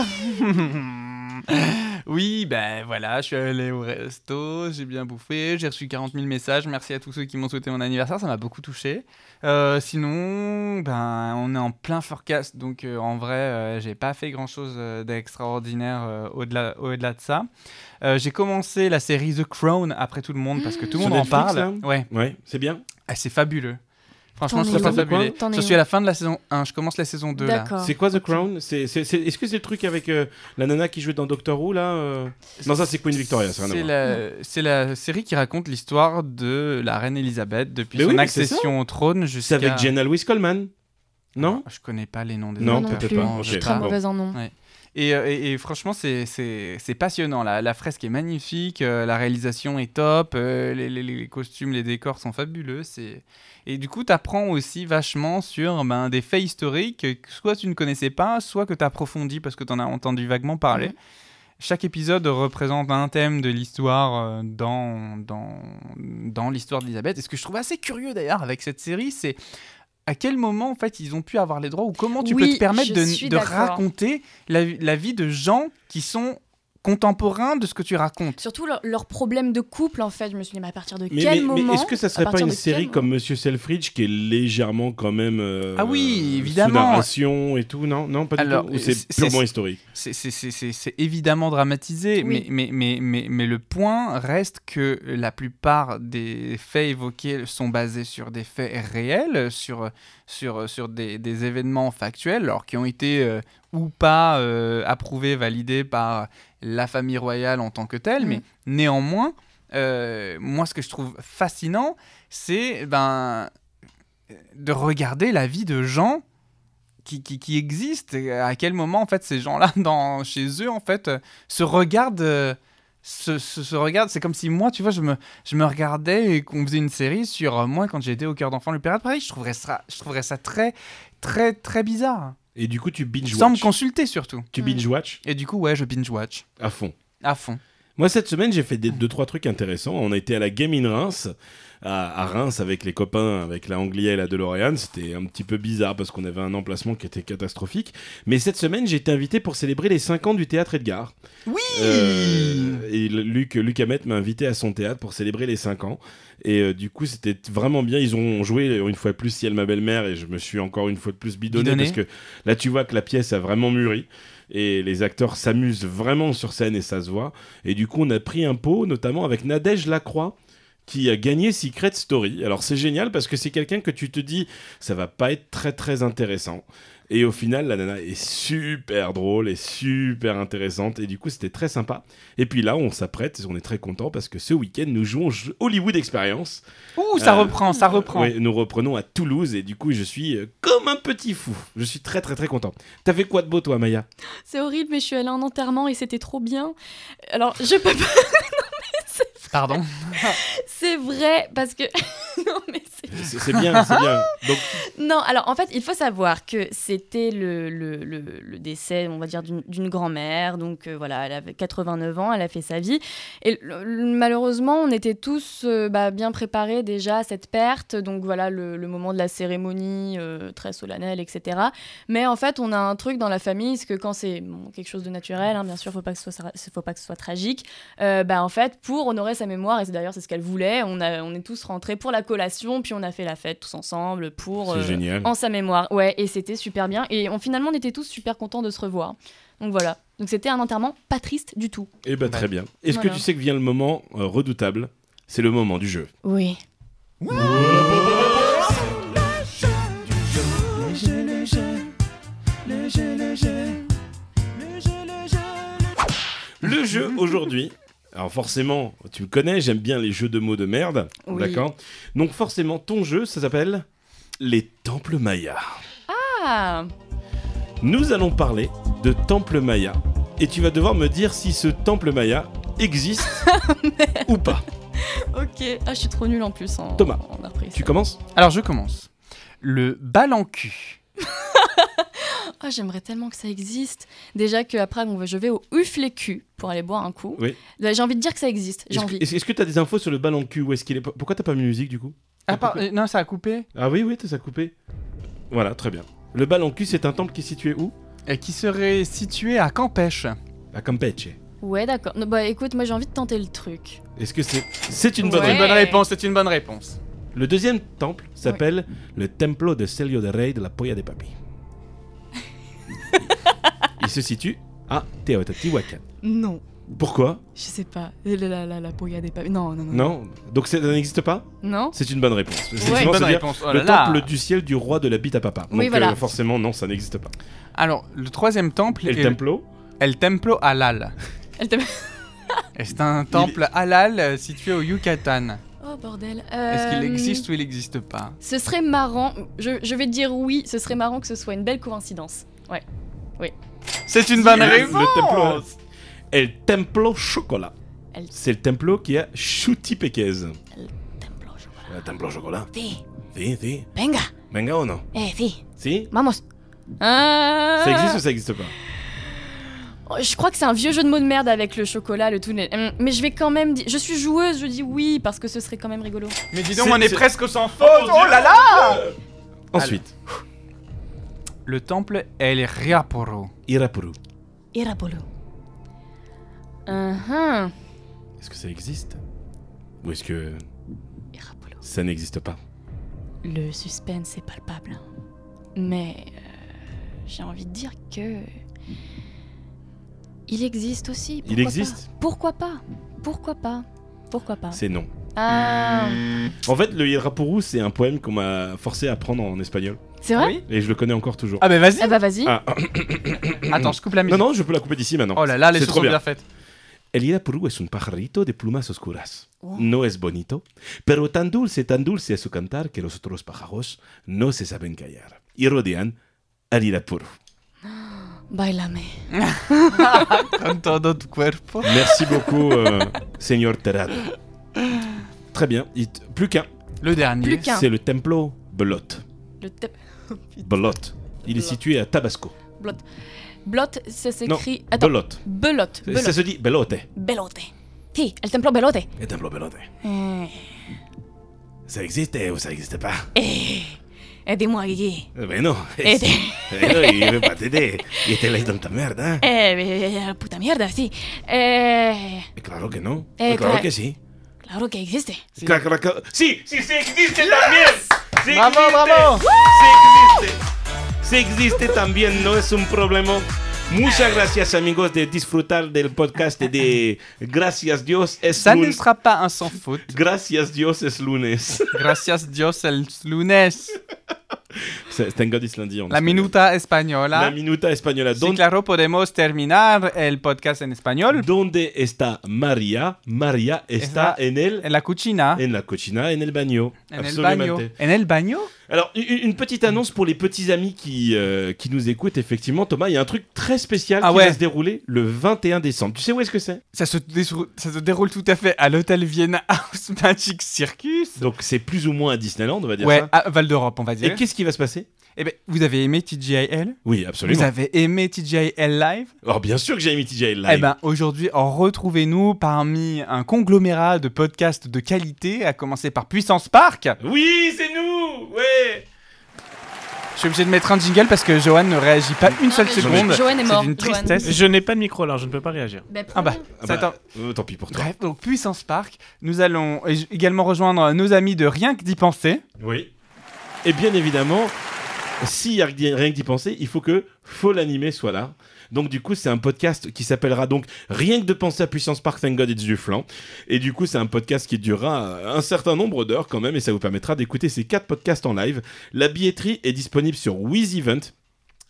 Speaker 2: oui Oui, ben voilà, je suis allé au resto, j'ai bien bouffé, j'ai reçu 40 000 messages. Merci à tous ceux qui m'ont souhaité mon anniversaire, ça m'a beaucoup touché. Euh, sinon, ben on est en plein forecast, donc euh, en vrai, euh, j'ai pas fait grand chose d'extraordinaire euh, au-delà au-delà de ça. Euh, j'ai commencé la série The Crown après tout le monde parce que tout le
Speaker 3: Sur
Speaker 2: monde en
Speaker 3: Netflix,
Speaker 2: parle.
Speaker 3: là
Speaker 2: Ouais.
Speaker 3: Ouais, c'est bien.
Speaker 2: Ah, c'est fabuleux.
Speaker 1: T'en
Speaker 2: Franchement, je
Speaker 1: es
Speaker 2: trouve ça
Speaker 1: où
Speaker 2: fabuleux.
Speaker 1: T'en es
Speaker 2: Je
Speaker 1: où
Speaker 2: suis à la fin de la saison 1, je commence la saison 2 là.
Speaker 1: D'accord.
Speaker 3: C'est quoi The Crown C'est- c'est- c'est- Est-ce que c'est le truc avec euh, la nana qui jouait dans Doctor Who là euh Non, ça c'est Queen Victoria, ça n'a rien à
Speaker 2: C'est
Speaker 3: voir.
Speaker 2: la, c'est la série qui raconte l'histoire de la reine Elisabeth depuis
Speaker 3: Mais
Speaker 2: son
Speaker 3: oui, mais c'est
Speaker 2: accession au trône
Speaker 3: C'est
Speaker 2: jusqu'à. Ah,
Speaker 3: avec Jenna Louise Coleman. Non
Speaker 2: Je connais pas les noms des
Speaker 3: Non,
Speaker 1: Moi
Speaker 2: auteurs.
Speaker 3: peut-être
Speaker 1: plus.
Speaker 3: pas.
Speaker 1: Je suis
Speaker 3: Ok.
Speaker 1: très
Speaker 3: Ah, bon.
Speaker 1: mauvaise en nom.
Speaker 2: Et, euh, et- et franchement, c'est- c'est c'est passionnant. La, la fresque est magnifique, euh, la réalisation est top, euh, les, les- les costumes, les décors sont fabuleux. c'est- Et du coup, tu apprends aussi vachement sur ben, des faits historiques que soit tu ne connaissais pas, soit que tu approfondis parce que tu en as entendu vaguement parler.
Speaker 1: Mhm.
Speaker 2: Chaque épisode représente un thème de l'histoire euh, dans, dans, dans l'histoire d'Elisabeth. Et ce que je trouve assez curieux d'ailleurs avec cette série, c'est à quel moment en fait ils ont pu avoir les droits ou comment tu peux
Speaker 1: Oui,
Speaker 2: te permettre
Speaker 1: je
Speaker 2: de,
Speaker 1: suis
Speaker 2: de
Speaker 1: d'accord.
Speaker 2: raconter la, la vie de gens qui sont contemporains de ce que tu racontes.
Speaker 1: Surtout leur, leur problème de couple, en fait. Je me suis dit, mais à partir de
Speaker 3: Mais,
Speaker 1: quel
Speaker 3: mais- mais
Speaker 1: moment
Speaker 3: est-ce que ça
Speaker 1: à
Speaker 3: serait pas
Speaker 1: partir
Speaker 3: une
Speaker 1: de quel
Speaker 3: série
Speaker 1: moment
Speaker 3: comme Monsieur Selfridge qui est légèrement quand même euh,
Speaker 2: Ah oui,
Speaker 3: sous
Speaker 2: évidemment.
Speaker 3: narration et tout Non, non, pas du
Speaker 2: Alors,
Speaker 3: tout. Ou c'est
Speaker 2: c'est-
Speaker 3: purement
Speaker 2: c'est-
Speaker 3: historique.
Speaker 2: C'est- C'est c'est- c'est- c'est évidemment dramatisé,
Speaker 1: Oui.
Speaker 2: mais, mais, mais, mais, mais le point reste que la plupart des faits évoqués sont basés sur des faits réels, sur, sur, sur des, des événements factuels, alors qui ont été euh, ou pas euh, approuvés, validés par la famille royale en tant que telle,
Speaker 1: Mhm.
Speaker 2: mais néanmoins, euh, moi ce que je trouve fascinant, c'est ben, de regarder la vie de gens qui, qui, qui existent et à quel moment en fait ces gens-là dans chez eux en fait euh, se regardent euh, se, se- se regardent c'est comme si moi tu vois je me je me regardais et qu'on faisait une série sur euh, moi quand j'étais au cœur d'enfant le pirate pareil je trouverais ça je trouverais ça très très très bizarre
Speaker 3: Et du coup, tu binge
Speaker 2: sans me
Speaker 3: watch.
Speaker 2: consulter surtout
Speaker 3: Tu binge watch
Speaker 2: et du coup ouais je binge watch
Speaker 3: à fond.
Speaker 2: à fond
Speaker 3: Moi, cette semaine, j'ai fait des, deux, trois trucs intéressants. On a été à la Game in Reims, à, à Reims avec les copains, avec la Anglia et la DeLorean. C'était un petit peu bizarre parce qu'on avait un emplacement qui était catastrophique. Mais cette semaine, j'ai été invité pour célébrer les 5 ans du théâtre Edgar.
Speaker 2: oui
Speaker 3: Euh, et le- Luc, Luc Hamet m'a invité à son théâtre pour célébrer les 5 ans. Et euh, du coup, c'était vraiment bien. Ils ont joué euh, une fois de plus Ciel ma belle-mère et je me suis encore une fois de plus bidonné,
Speaker 2: Bidonné.
Speaker 3: parce que là, tu vois que la pièce a vraiment mûri. Et les acteurs s'amusent vraiment sur scène et ça se voit. Et du coup, on a pris un pot, notamment avec Nadège Lacroix qui a gagné Secret Story. Alors c'est génial parce que c'est quelqu'un que tu te dis ça va pas être très très intéressant. Et au final, la nana est super drôle et super intéressante. Et du coup, c'était très sympa. Et puis là, on s'apprête, on est très content parce que ce week-end, nous jouons jeu- Hollywood Experience.
Speaker 2: ouh ça
Speaker 3: Euh,
Speaker 2: reprend ça reprend
Speaker 3: Oui, nous reprenons à Toulouse et du coup, je suis euh, comme un petit fou. Je suis très très très content. T'as fait quoi de beau, toi, Maya
Speaker 1: C'est horrible, mais je suis allée en enterrement et c'était trop bien. Alors, je peux pas.
Speaker 2: pardon
Speaker 1: C'est vrai, parce que. non, mais c'est.
Speaker 3: C'est c'est bien, c'est bien. Donc,
Speaker 1: Non, alors en fait, il faut savoir que c'était le, le, le- le décès, on va dire, d'une- d'une grand-mère. Donc euh, voilà, elle avait 89 ans, elle a fait sa vie. Et le- le- malheureusement, on était tous euh, bah, bien préparés déjà à cette perte. Donc voilà, le, le moment de la cérémonie euh, très solennelle, etc. Mais en fait, on a un truc dans la famille, c'est que quand c'est bon, quelque chose de naturel, hein, bien sûr, faut pas que ce soit, faut pas que ce soit tragique. Euh, bah, en fait, pour honorer sa mémoire, et c'est d'ailleurs c'est ce qu'elle voulait, on, a, on est tous rentrés pour la collation, puis on a fait la fête tous ensemble pour
Speaker 3: c'est
Speaker 1: euh,
Speaker 3: génial.
Speaker 1: en sa mémoire. Ouais, et c'était super bien. Et on, finalement, on était tous super contents de se revoir. Donc voilà. Donc c'était un enterrement pas triste du tout.
Speaker 3: Et bah, très bien. Est-ce
Speaker 1: Voilà.
Speaker 3: que tu sais que vient le moment euh, redoutable C'est le moment du jeu.
Speaker 1: Oui.
Speaker 3: Le jeu aujourd'hui. Alors forcément, tu me connais, j'aime bien les jeux de mots de merde,
Speaker 1: Oui.
Speaker 3: d'accord Donc forcément, ton jeu, ça s'appelle les temples mayas.
Speaker 1: Ah
Speaker 3: Nous allons parler de temples mayas et tu vas devoir me dire si ce temple maya existe
Speaker 1: Oh,
Speaker 3: ou pas.
Speaker 1: Ok. Ah, je suis trop nulle en plus en,
Speaker 3: Thomas,
Speaker 1: en reprise.
Speaker 3: Tu commences
Speaker 2: alors je commence le bal en cul
Speaker 1: Ah, j'aimerais tellement que ça existe. Déjà que après, bon, bah, je vais au Uf les culs pour aller boire un coup.
Speaker 3: Oui.
Speaker 1: Là, J'ai envie de dire que ça existe. J'ai
Speaker 3: Est-ce que-
Speaker 1: envie.
Speaker 3: Est-ce est-ce que tu as des infos sur le ballon cul Où est-ce qu'il est Pourquoi t'as pas mis de musique du coup
Speaker 2: ah, par- euh, non ça a coupé
Speaker 3: Ah oui, oui, t'as ça coupé. Voilà, très bien. Le ballon cul, c'est un temple qui est situé où
Speaker 2: Et Euh, qui serait situé à Campeche
Speaker 3: À Campeche.
Speaker 1: Ouais, d'accord. Non, Bah écoute, moi j'ai envie de tenter le truc.
Speaker 3: Est-ce que c'est c'est une bonne
Speaker 1: Ouais.
Speaker 2: C'est une bonne réponse, c'est une bonne réponse.
Speaker 3: Le deuxième temple s'appelle le Templo de Celio de Rey de la Polla de Papi. Il se situe à Teotihuacan.
Speaker 1: Non,
Speaker 3: Pourquoi
Speaker 1: je sais pas. La, la, la, la pourriade est pas. Non, non, non.
Speaker 3: Non Donc ça n'existe pas
Speaker 1: Non
Speaker 3: C'est une bonne réponse.
Speaker 2: C'est
Speaker 3: Effectivement,
Speaker 2: une bonne
Speaker 3: c'est-à-dire
Speaker 2: réponse. Oh
Speaker 3: le
Speaker 2: là là.
Speaker 3: temple du ciel du roi de la bite à papa.
Speaker 1: Oui,
Speaker 3: Donc
Speaker 1: voilà.
Speaker 3: euh, forcément, non, ça n'existe pas.
Speaker 2: Alors, le troisième temple
Speaker 3: Et le
Speaker 2: est le
Speaker 3: templo
Speaker 2: El Templo Halal.
Speaker 1: Elle t'a-
Speaker 2: Et c'est un temple halal euh, situé au Yucatan.
Speaker 1: Oh Oh bordel.
Speaker 2: Est-ce qu'il
Speaker 1: Euh,
Speaker 2: existe ou il n'existe pas
Speaker 1: Ce serait marrant. Je, je vais dire oui, ce serait marrant que ce soit une belle coïncidence. Ouais.
Speaker 2: C'est une bonne
Speaker 3: Le-
Speaker 2: réponse
Speaker 3: Le templo. El Templo Chocolat.
Speaker 1: El-
Speaker 3: C'est le templo qui a Chuti Péquez.
Speaker 1: Templo chocolat.
Speaker 3: El Templo Chocolat.
Speaker 1: Sí,
Speaker 3: Si, si.
Speaker 1: venga.
Speaker 3: Venga o no
Speaker 1: Eh, sí,
Speaker 3: Si
Speaker 1: vamos. Ah.
Speaker 3: Ça existe ou ça existe pas
Speaker 1: Oh, Je crois que c'est un vieux jeu de mots de merde avec le chocolat, le tunnel. Hum, Mais je vais quand même dire. Je suis joueuse, je dis oui parce que ce serait quand même rigolo.
Speaker 2: Mais dis
Speaker 3: C'est- c'est-
Speaker 2: presque sans faute Oh là là
Speaker 3: Ensuite,
Speaker 2: Le temple El Riaporo.
Speaker 3: Irapuru.
Speaker 1: Irapolo. Uhum.
Speaker 3: Est-ce que ça existe Ou est-ce que
Speaker 1: Irapolo.
Speaker 3: ça n'existe pas
Speaker 1: Le suspense est palpable. Mais euh, j'ai envie de dire que. Il existe aussi. pourquoi
Speaker 3: existe
Speaker 1: pas Pourquoi pas Pourquoi pas Pourquoi pas
Speaker 3: C'est Hmm. non.
Speaker 1: Ah,
Speaker 3: En fait, le Irapuru, c'est un poème qu'on m'a forcé à apprendre en espagnol.
Speaker 1: C'est vrai
Speaker 2: Oui
Speaker 3: Et je le connais encore toujours.
Speaker 2: Ah bah vas-y
Speaker 1: Eh bah vas-y.
Speaker 3: Ah,
Speaker 2: Attends, je coupe la
Speaker 3: non,
Speaker 2: musique.
Speaker 3: non, je peux la couper d'ici maintenant.
Speaker 2: Oh là là, les
Speaker 3: C'est
Speaker 2: choses
Speaker 3: trop
Speaker 2: sont
Speaker 3: bien.
Speaker 2: bien faites.
Speaker 3: El Irapuru es un pajarito de plumas oscuras.
Speaker 1: Oh.
Speaker 3: No es bonito, pero tan dulce, tan dulce es su cantar que los otros pájaros no se saben callar. Y rodean al Irapuru.
Speaker 1: Bailame.
Speaker 2: Con todo tu cuerpo.
Speaker 3: Merci beaucoup, euh, Seigneur Terrado. Très bien. Il te- Plus qu'un.
Speaker 2: Le dernier.
Speaker 1: Plus qu'un.
Speaker 3: C'est le Templo Blot.
Speaker 1: Le tep-
Speaker 3: Blot. Il est
Speaker 1: Blot.
Speaker 3: situé à Tabasco.
Speaker 1: Blot. Blot, ça
Speaker 3: Non,
Speaker 1: s'écrit. Attends.
Speaker 3: Blot.
Speaker 1: Belote.
Speaker 3: Ça
Speaker 1: Belote.
Speaker 3: se dit Belote.
Speaker 1: Belote. Ti, el templo Belote.
Speaker 3: Le Templo Belote.
Speaker 1: Eh,
Speaker 3: Ça existe ou ça n'existe pas
Speaker 1: eh, aidez-moi, Guigui.
Speaker 3: Eh Ben non.
Speaker 1: Eh,
Speaker 3: Eh non, il veut pas t'aider. Il te laisse dans ta merde, hein
Speaker 1: eh, eh, puta mierda, sí. Eh,
Speaker 3: Eh, Claro que non.
Speaker 1: Eh,
Speaker 3: Eh, claro
Speaker 1: claro.
Speaker 3: que si.
Speaker 1: claro que existe.
Speaker 3: Claro, claro, claro. Si, si, ça existe también. Si
Speaker 2: Bravo,
Speaker 3: existe.
Speaker 2: bravo.
Speaker 3: Si existe. Si existe también, no es un problema. Muchas gracias, amigos, de disfrutar del podcast et de Gracias Dios es
Speaker 2: Ça ne
Speaker 3: lunes.
Speaker 2: sera pas un sans faute.
Speaker 3: Gracias Dios es lunes.
Speaker 2: Gracias Dios el lunes.
Speaker 3: Thank God it's lundi. en
Speaker 2: La
Speaker 3: espagnol.
Speaker 2: minuta española.
Speaker 3: La minuta española.
Speaker 2: Sí,
Speaker 3: Don-
Speaker 2: claro, podemos terminar el podcast en español.
Speaker 3: ¿Dónde está María? María está
Speaker 2: Está
Speaker 3: en el
Speaker 2: En la cucina.
Speaker 3: en la cocina, en el baño.
Speaker 2: En el
Speaker 3: Absolument.
Speaker 2: baño. En el baño
Speaker 3: Alors, u- u- une petite annonce pour les petits amis qui, euh, qui nous écoutent, effectivement, Thomas, il y a un truc très spécial
Speaker 2: Ah
Speaker 3: qui va
Speaker 2: ouais.
Speaker 3: se dérouler le 21 décembre. Tu sais où est-ce que c'est
Speaker 2: ça se, désrou- ça se déroule tout à fait à l'hôtel Vienna House Magic Circus.
Speaker 3: Donc, c'est plus ou moins à Disneyland, on va dire
Speaker 2: Ouais,
Speaker 3: ça.
Speaker 2: à Val d'Europe, on va
Speaker 3: Et
Speaker 2: dire.
Speaker 3: qu'est-ce qui va se passer
Speaker 2: Eh ben, vous avez aimé TGIL
Speaker 3: Oui,
Speaker 2: Vous
Speaker 3: absolument.
Speaker 2: avez aimé TGIL Live
Speaker 3: Alors, bien sûr que j'ai mis TJ Live.
Speaker 2: Eh ben, aujourd'hui, en retrouvez-nous parmi un conglomérat de podcasts de qualité, à commencer par Puissance Park.
Speaker 3: Oui, c'est nous Ouais
Speaker 2: Je suis obligé de mettre un jingle parce que Johan ne réagit pas une seule
Speaker 1: mais
Speaker 2: seconde.
Speaker 1: Johan est
Speaker 2: C'est
Speaker 1: mort,
Speaker 2: d'une
Speaker 1: Johan.
Speaker 2: tristesse.
Speaker 4: Je n'ai pas de micro alors je ne peux pas réagir.
Speaker 1: Ben,
Speaker 2: Ah bah,
Speaker 1: prenez-le.
Speaker 3: Ah
Speaker 2: ça
Speaker 3: bah,
Speaker 2: t'en-
Speaker 3: euh, Tant pis pour toi.
Speaker 2: Bref, donc Puissance Park, nous allons ég- également rejoindre nos amis de Rien que d'y penser.
Speaker 3: Oui. Et bien évidemment, s'il n'y a rien que d'y penser, il faut que Faux l'animé soit là. Donc du coup, c'est un podcast qui s'appellera donc Rien que de penser à Puissance Park, Thank God It's du flan. Et du coup, c'est un podcast qui durera euh, un certain nombre d'heures quand même, et ça vous permettra d'écouter ces quatre podcasts en live. La billetterie est disponible sur WizEvent.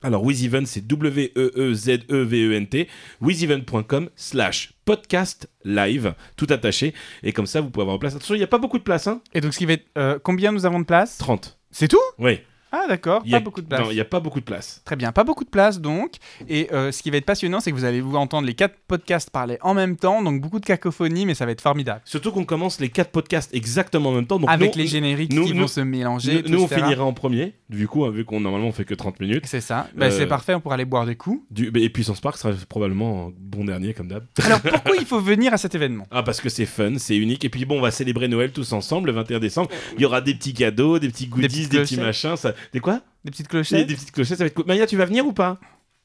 Speaker 3: Alors WizEvent, c'est E W-E-E-Z-E-V-E-N-T, wizevent.com slash podcast live, tout attaché. Et comme ça, vous pouvez avoir place. Attention, il n'y a pas beaucoup de place, hein
Speaker 2: Et donc, ce qui va être, euh, combien nous avons de place
Speaker 3: 30.
Speaker 2: C'est tout
Speaker 3: Oui.
Speaker 2: Ah d'accord,
Speaker 3: Il y a-
Speaker 2: pas beaucoup de place.
Speaker 3: Non, il n'y a pas beaucoup de place.
Speaker 2: Très bien, pas beaucoup de place donc. Et euh, ce qui va être passionnant, c'est que vous allez vous entendre les quatre podcasts parler en même temps, donc beaucoup de cacophonie, mais ça va être formidable.
Speaker 3: Surtout qu'on commence les quatre podcasts exactement en même temps. Donc
Speaker 2: Avec
Speaker 3: nous,
Speaker 2: les génériques
Speaker 3: nous-
Speaker 2: qui
Speaker 3: nous-
Speaker 2: vont se mélanger.
Speaker 3: nous, nous, on
Speaker 2: etc.
Speaker 3: finira en premier, du coup, hein, vu qu'on normalement on fait que 30 minutes.
Speaker 2: C'est ça. Bah,
Speaker 3: Euh,
Speaker 2: C'est parfait, on pourra aller boire des coups.
Speaker 3: Du, bah, et Puissance Park sera probablement un bon dernier, comme d'hab.
Speaker 2: Alors pourquoi il faut venir à cet événement
Speaker 3: Ah, parce que c'est fun, c'est unique. Et puis bon, on va célébrer Noël tous ensemble le 21 décembre. Il y aura des petits cadeaux, des petits goodies, des,
Speaker 2: petites
Speaker 3: petits
Speaker 2: clochettes.
Speaker 3: machins. Ça... Des quoi
Speaker 2: Des petites
Speaker 3: des,
Speaker 2: clochettes
Speaker 3: des petites clochettes, ça va être cool. Maya, tu vas venir ou pas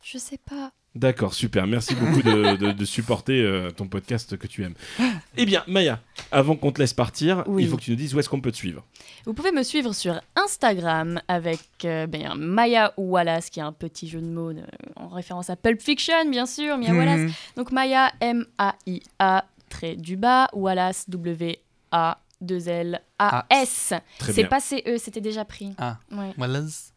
Speaker 1: Je sais pas.
Speaker 3: D'accord, super. Merci beaucoup de, de- de supporter euh, ton podcast que tu aimes.
Speaker 2: Ah.
Speaker 3: Eh bien, Maya, avant qu'on te laisse partir,
Speaker 1: Oui.
Speaker 3: il faut que tu nous dises où est-ce qu'on peut te suivre.
Speaker 1: Vous pouvez me suivre sur Instagram avec euh, ben, Maya Wallace, qui est un petit jeu de mots de- en référence à Pulp Fiction, bien sûr, Mia Wallace.
Speaker 2: Hmm.
Speaker 1: Donc Maya, M-A-I-A, trait du bas, Wallace, W-A-2-L-A-S.
Speaker 3: Très
Speaker 1: C'est
Speaker 3: bien.
Speaker 1: pas C-E, E, c'était déjà pris.
Speaker 2: Ah.
Speaker 1: Ouais.
Speaker 3: Wallace.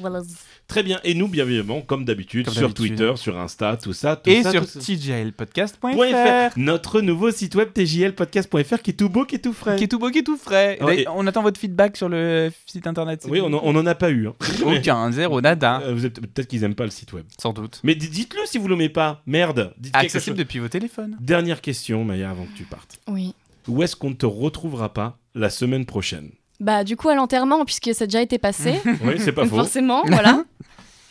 Speaker 1: Voilà.
Speaker 3: Très bien. Et nous, bien évidemment, comme d'habitude,
Speaker 2: Comme
Speaker 3: sur
Speaker 2: d'habitude.
Speaker 3: Twitter, sur Insta, tout ça, tout
Speaker 2: Et
Speaker 3: ça,
Speaker 2: sur
Speaker 3: tout ça.
Speaker 2: tjlpodcast.fr
Speaker 3: Notre nouveau site web tjlpodcast.fr qui est tout beau, qui est tout frais.
Speaker 2: qui est tout beau, qui est tout frais.
Speaker 3: Ouais,
Speaker 2: D'ailleurs,
Speaker 3: et-
Speaker 2: On attend votre feedback sur le site internet. c'est
Speaker 3: Oui,
Speaker 2: tout.
Speaker 3: on en, on en a pas eu. hein.
Speaker 2: Aucun, zéro, nada,
Speaker 3: Euh, vous êtes peut-être qu'ils aiment pas le site web.
Speaker 2: sans doute.
Speaker 3: Mais dites- dites-le si vous l'aimez pas. Merde. Dites quelque
Speaker 2: Accessible
Speaker 3: chose.
Speaker 2: depuis vos téléphones.
Speaker 3: Dernière question, Maya, avant que tu partes.
Speaker 1: Oui.
Speaker 3: Où est-ce qu'on ne te retrouvera pas la semaine prochaine
Speaker 1: Bah, du coup, à l'enterrement, puisque ça a déjà été passé,
Speaker 3: Oui, c'est pas
Speaker 1: donc
Speaker 3: faux.
Speaker 1: forcément, voilà.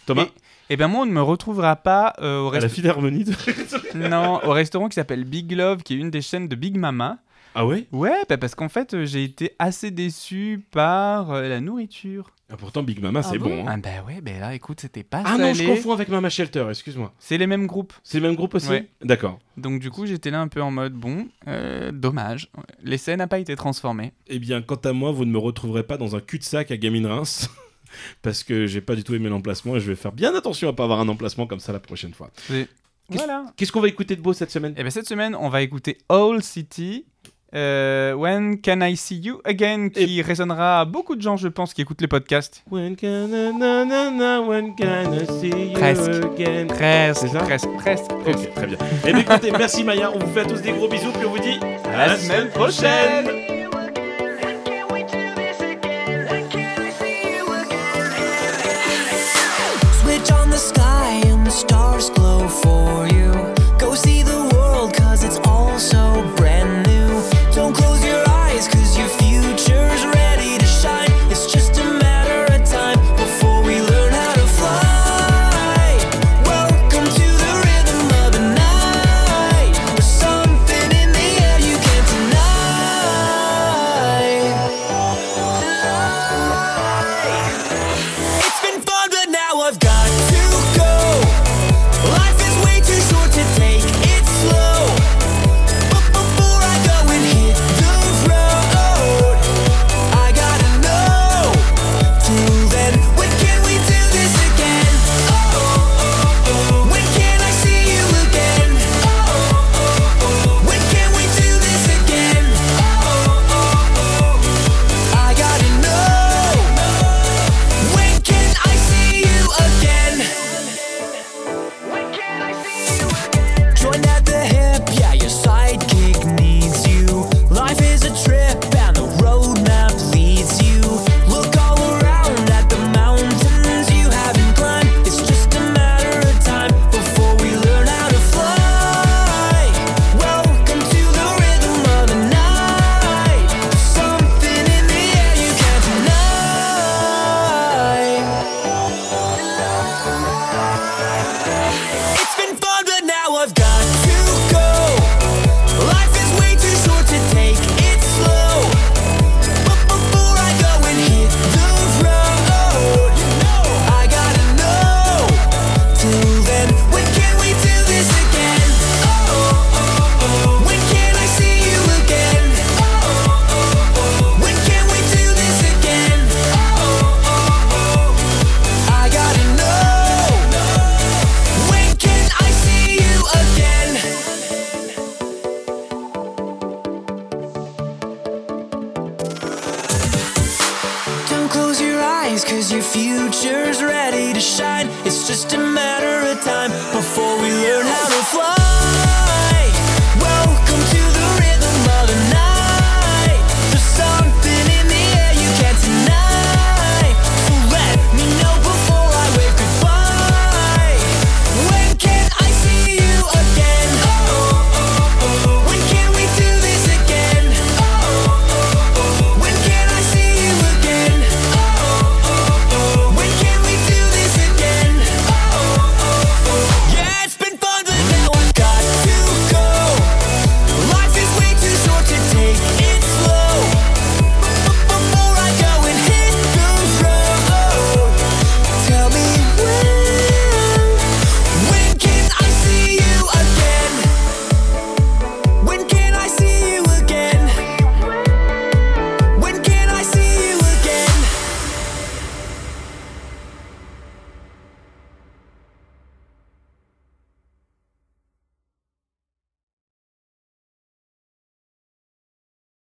Speaker 3: Thomas,
Speaker 2: Eh ben moi, on ne me retrouvera pas euh, au,
Speaker 3: à la
Speaker 2: resta-
Speaker 3: Philharmonie. de-
Speaker 2: non, au restaurant qui s'appelle Big Love, qui est une des chaînes de Big Mama.
Speaker 3: Ah ouais
Speaker 2: Ouais, bah parce qu'en fait, euh, j'ai été assez déçu par euh, la nourriture.
Speaker 3: Ah, Pourtant, Big Mama,
Speaker 1: Ah
Speaker 3: c'est
Speaker 1: bon
Speaker 3: bon. hein.
Speaker 2: Ah bah ouais, bah là, écoute, c'était pas
Speaker 3: Ah non, je
Speaker 2: salé.
Speaker 3: confonds avec Mama Shelter, excuse-moi.
Speaker 2: C'est les mêmes groupes.
Speaker 3: C'est le même groupe aussi
Speaker 2: Ouais.
Speaker 3: D'accord.
Speaker 2: Donc du coup, j'étais là un peu en mode, bon, euh, dommage. L'essai n'a pas été transformé.
Speaker 3: Eh bien, quant à moi, vous ne me retrouverez pas dans un cul-de-sac à Gamine Reims. Parce que j'ai pas du tout aimé l'emplacement et je vais faire bien attention à pas avoir un emplacement comme ça la prochaine fois. Qu'est-ce-
Speaker 2: Voilà.
Speaker 3: Qu'est-ce qu'on va écouter de beau cette semaine
Speaker 2: Et bien Eh ben, cette semaine, on va écouter All City. euh, When Can I See You Again qui résonnera à beaucoup de gens, je pense, qui écoutent les podcasts.
Speaker 3: When can I, na, na, na, when can I see you
Speaker 2: Presque.
Speaker 3: again
Speaker 2: Presque,
Speaker 3: C'est ça
Speaker 2: presque, presque, presque.
Speaker 3: Ok, très bien. Eh bien, écoutez, merci Maya, on vous fait à tous des gros bisous, puis on vous dit
Speaker 2: À la semaine prochaine
Speaker 5: Switch on the sky and the stars glow for you. Go see the world cause it's all so brand new. Don't close your eyes cause your future's ready to shine. It's just a matter of time before we learn how to fly. Welcome to the rhythm of the night. There's something in the air you can't deny. It's been fun, but now I've got to go. Life is way too short to take it slow. But before I go and hit the road, I gotta know. Till then, when can we do this again? Oh, oh, oh, oh. When can I see you again? Oh, oh, oh, oh. When can we do this again? Oh, oh, oh, oh. I gotta know. When can I see you again? When can I see you again? Join at the hip, yeah, your sidekick needs you. Life is a trip and the roadmap leads you. Look all around at the mountains you haven't climbed. It's just a matter of time before we learn how to fly. Welcome to the rhythm of the night. Something in the air you can't deny. It's been fun, but now I've got to go. Life is way too short to take it slow. But before I go and hit the road, I gotta know. Till then, when can we do this again? Oh, oh, oh, oh. When can I see you again? Oh, oh, oh, oh. When can we do this again? Oh, oh, oh, oh. I gotta know. When can I see you again? Don't close your eyes, cause your future's ready to shine. It's just a matter of time before we learn how to fly. Oh,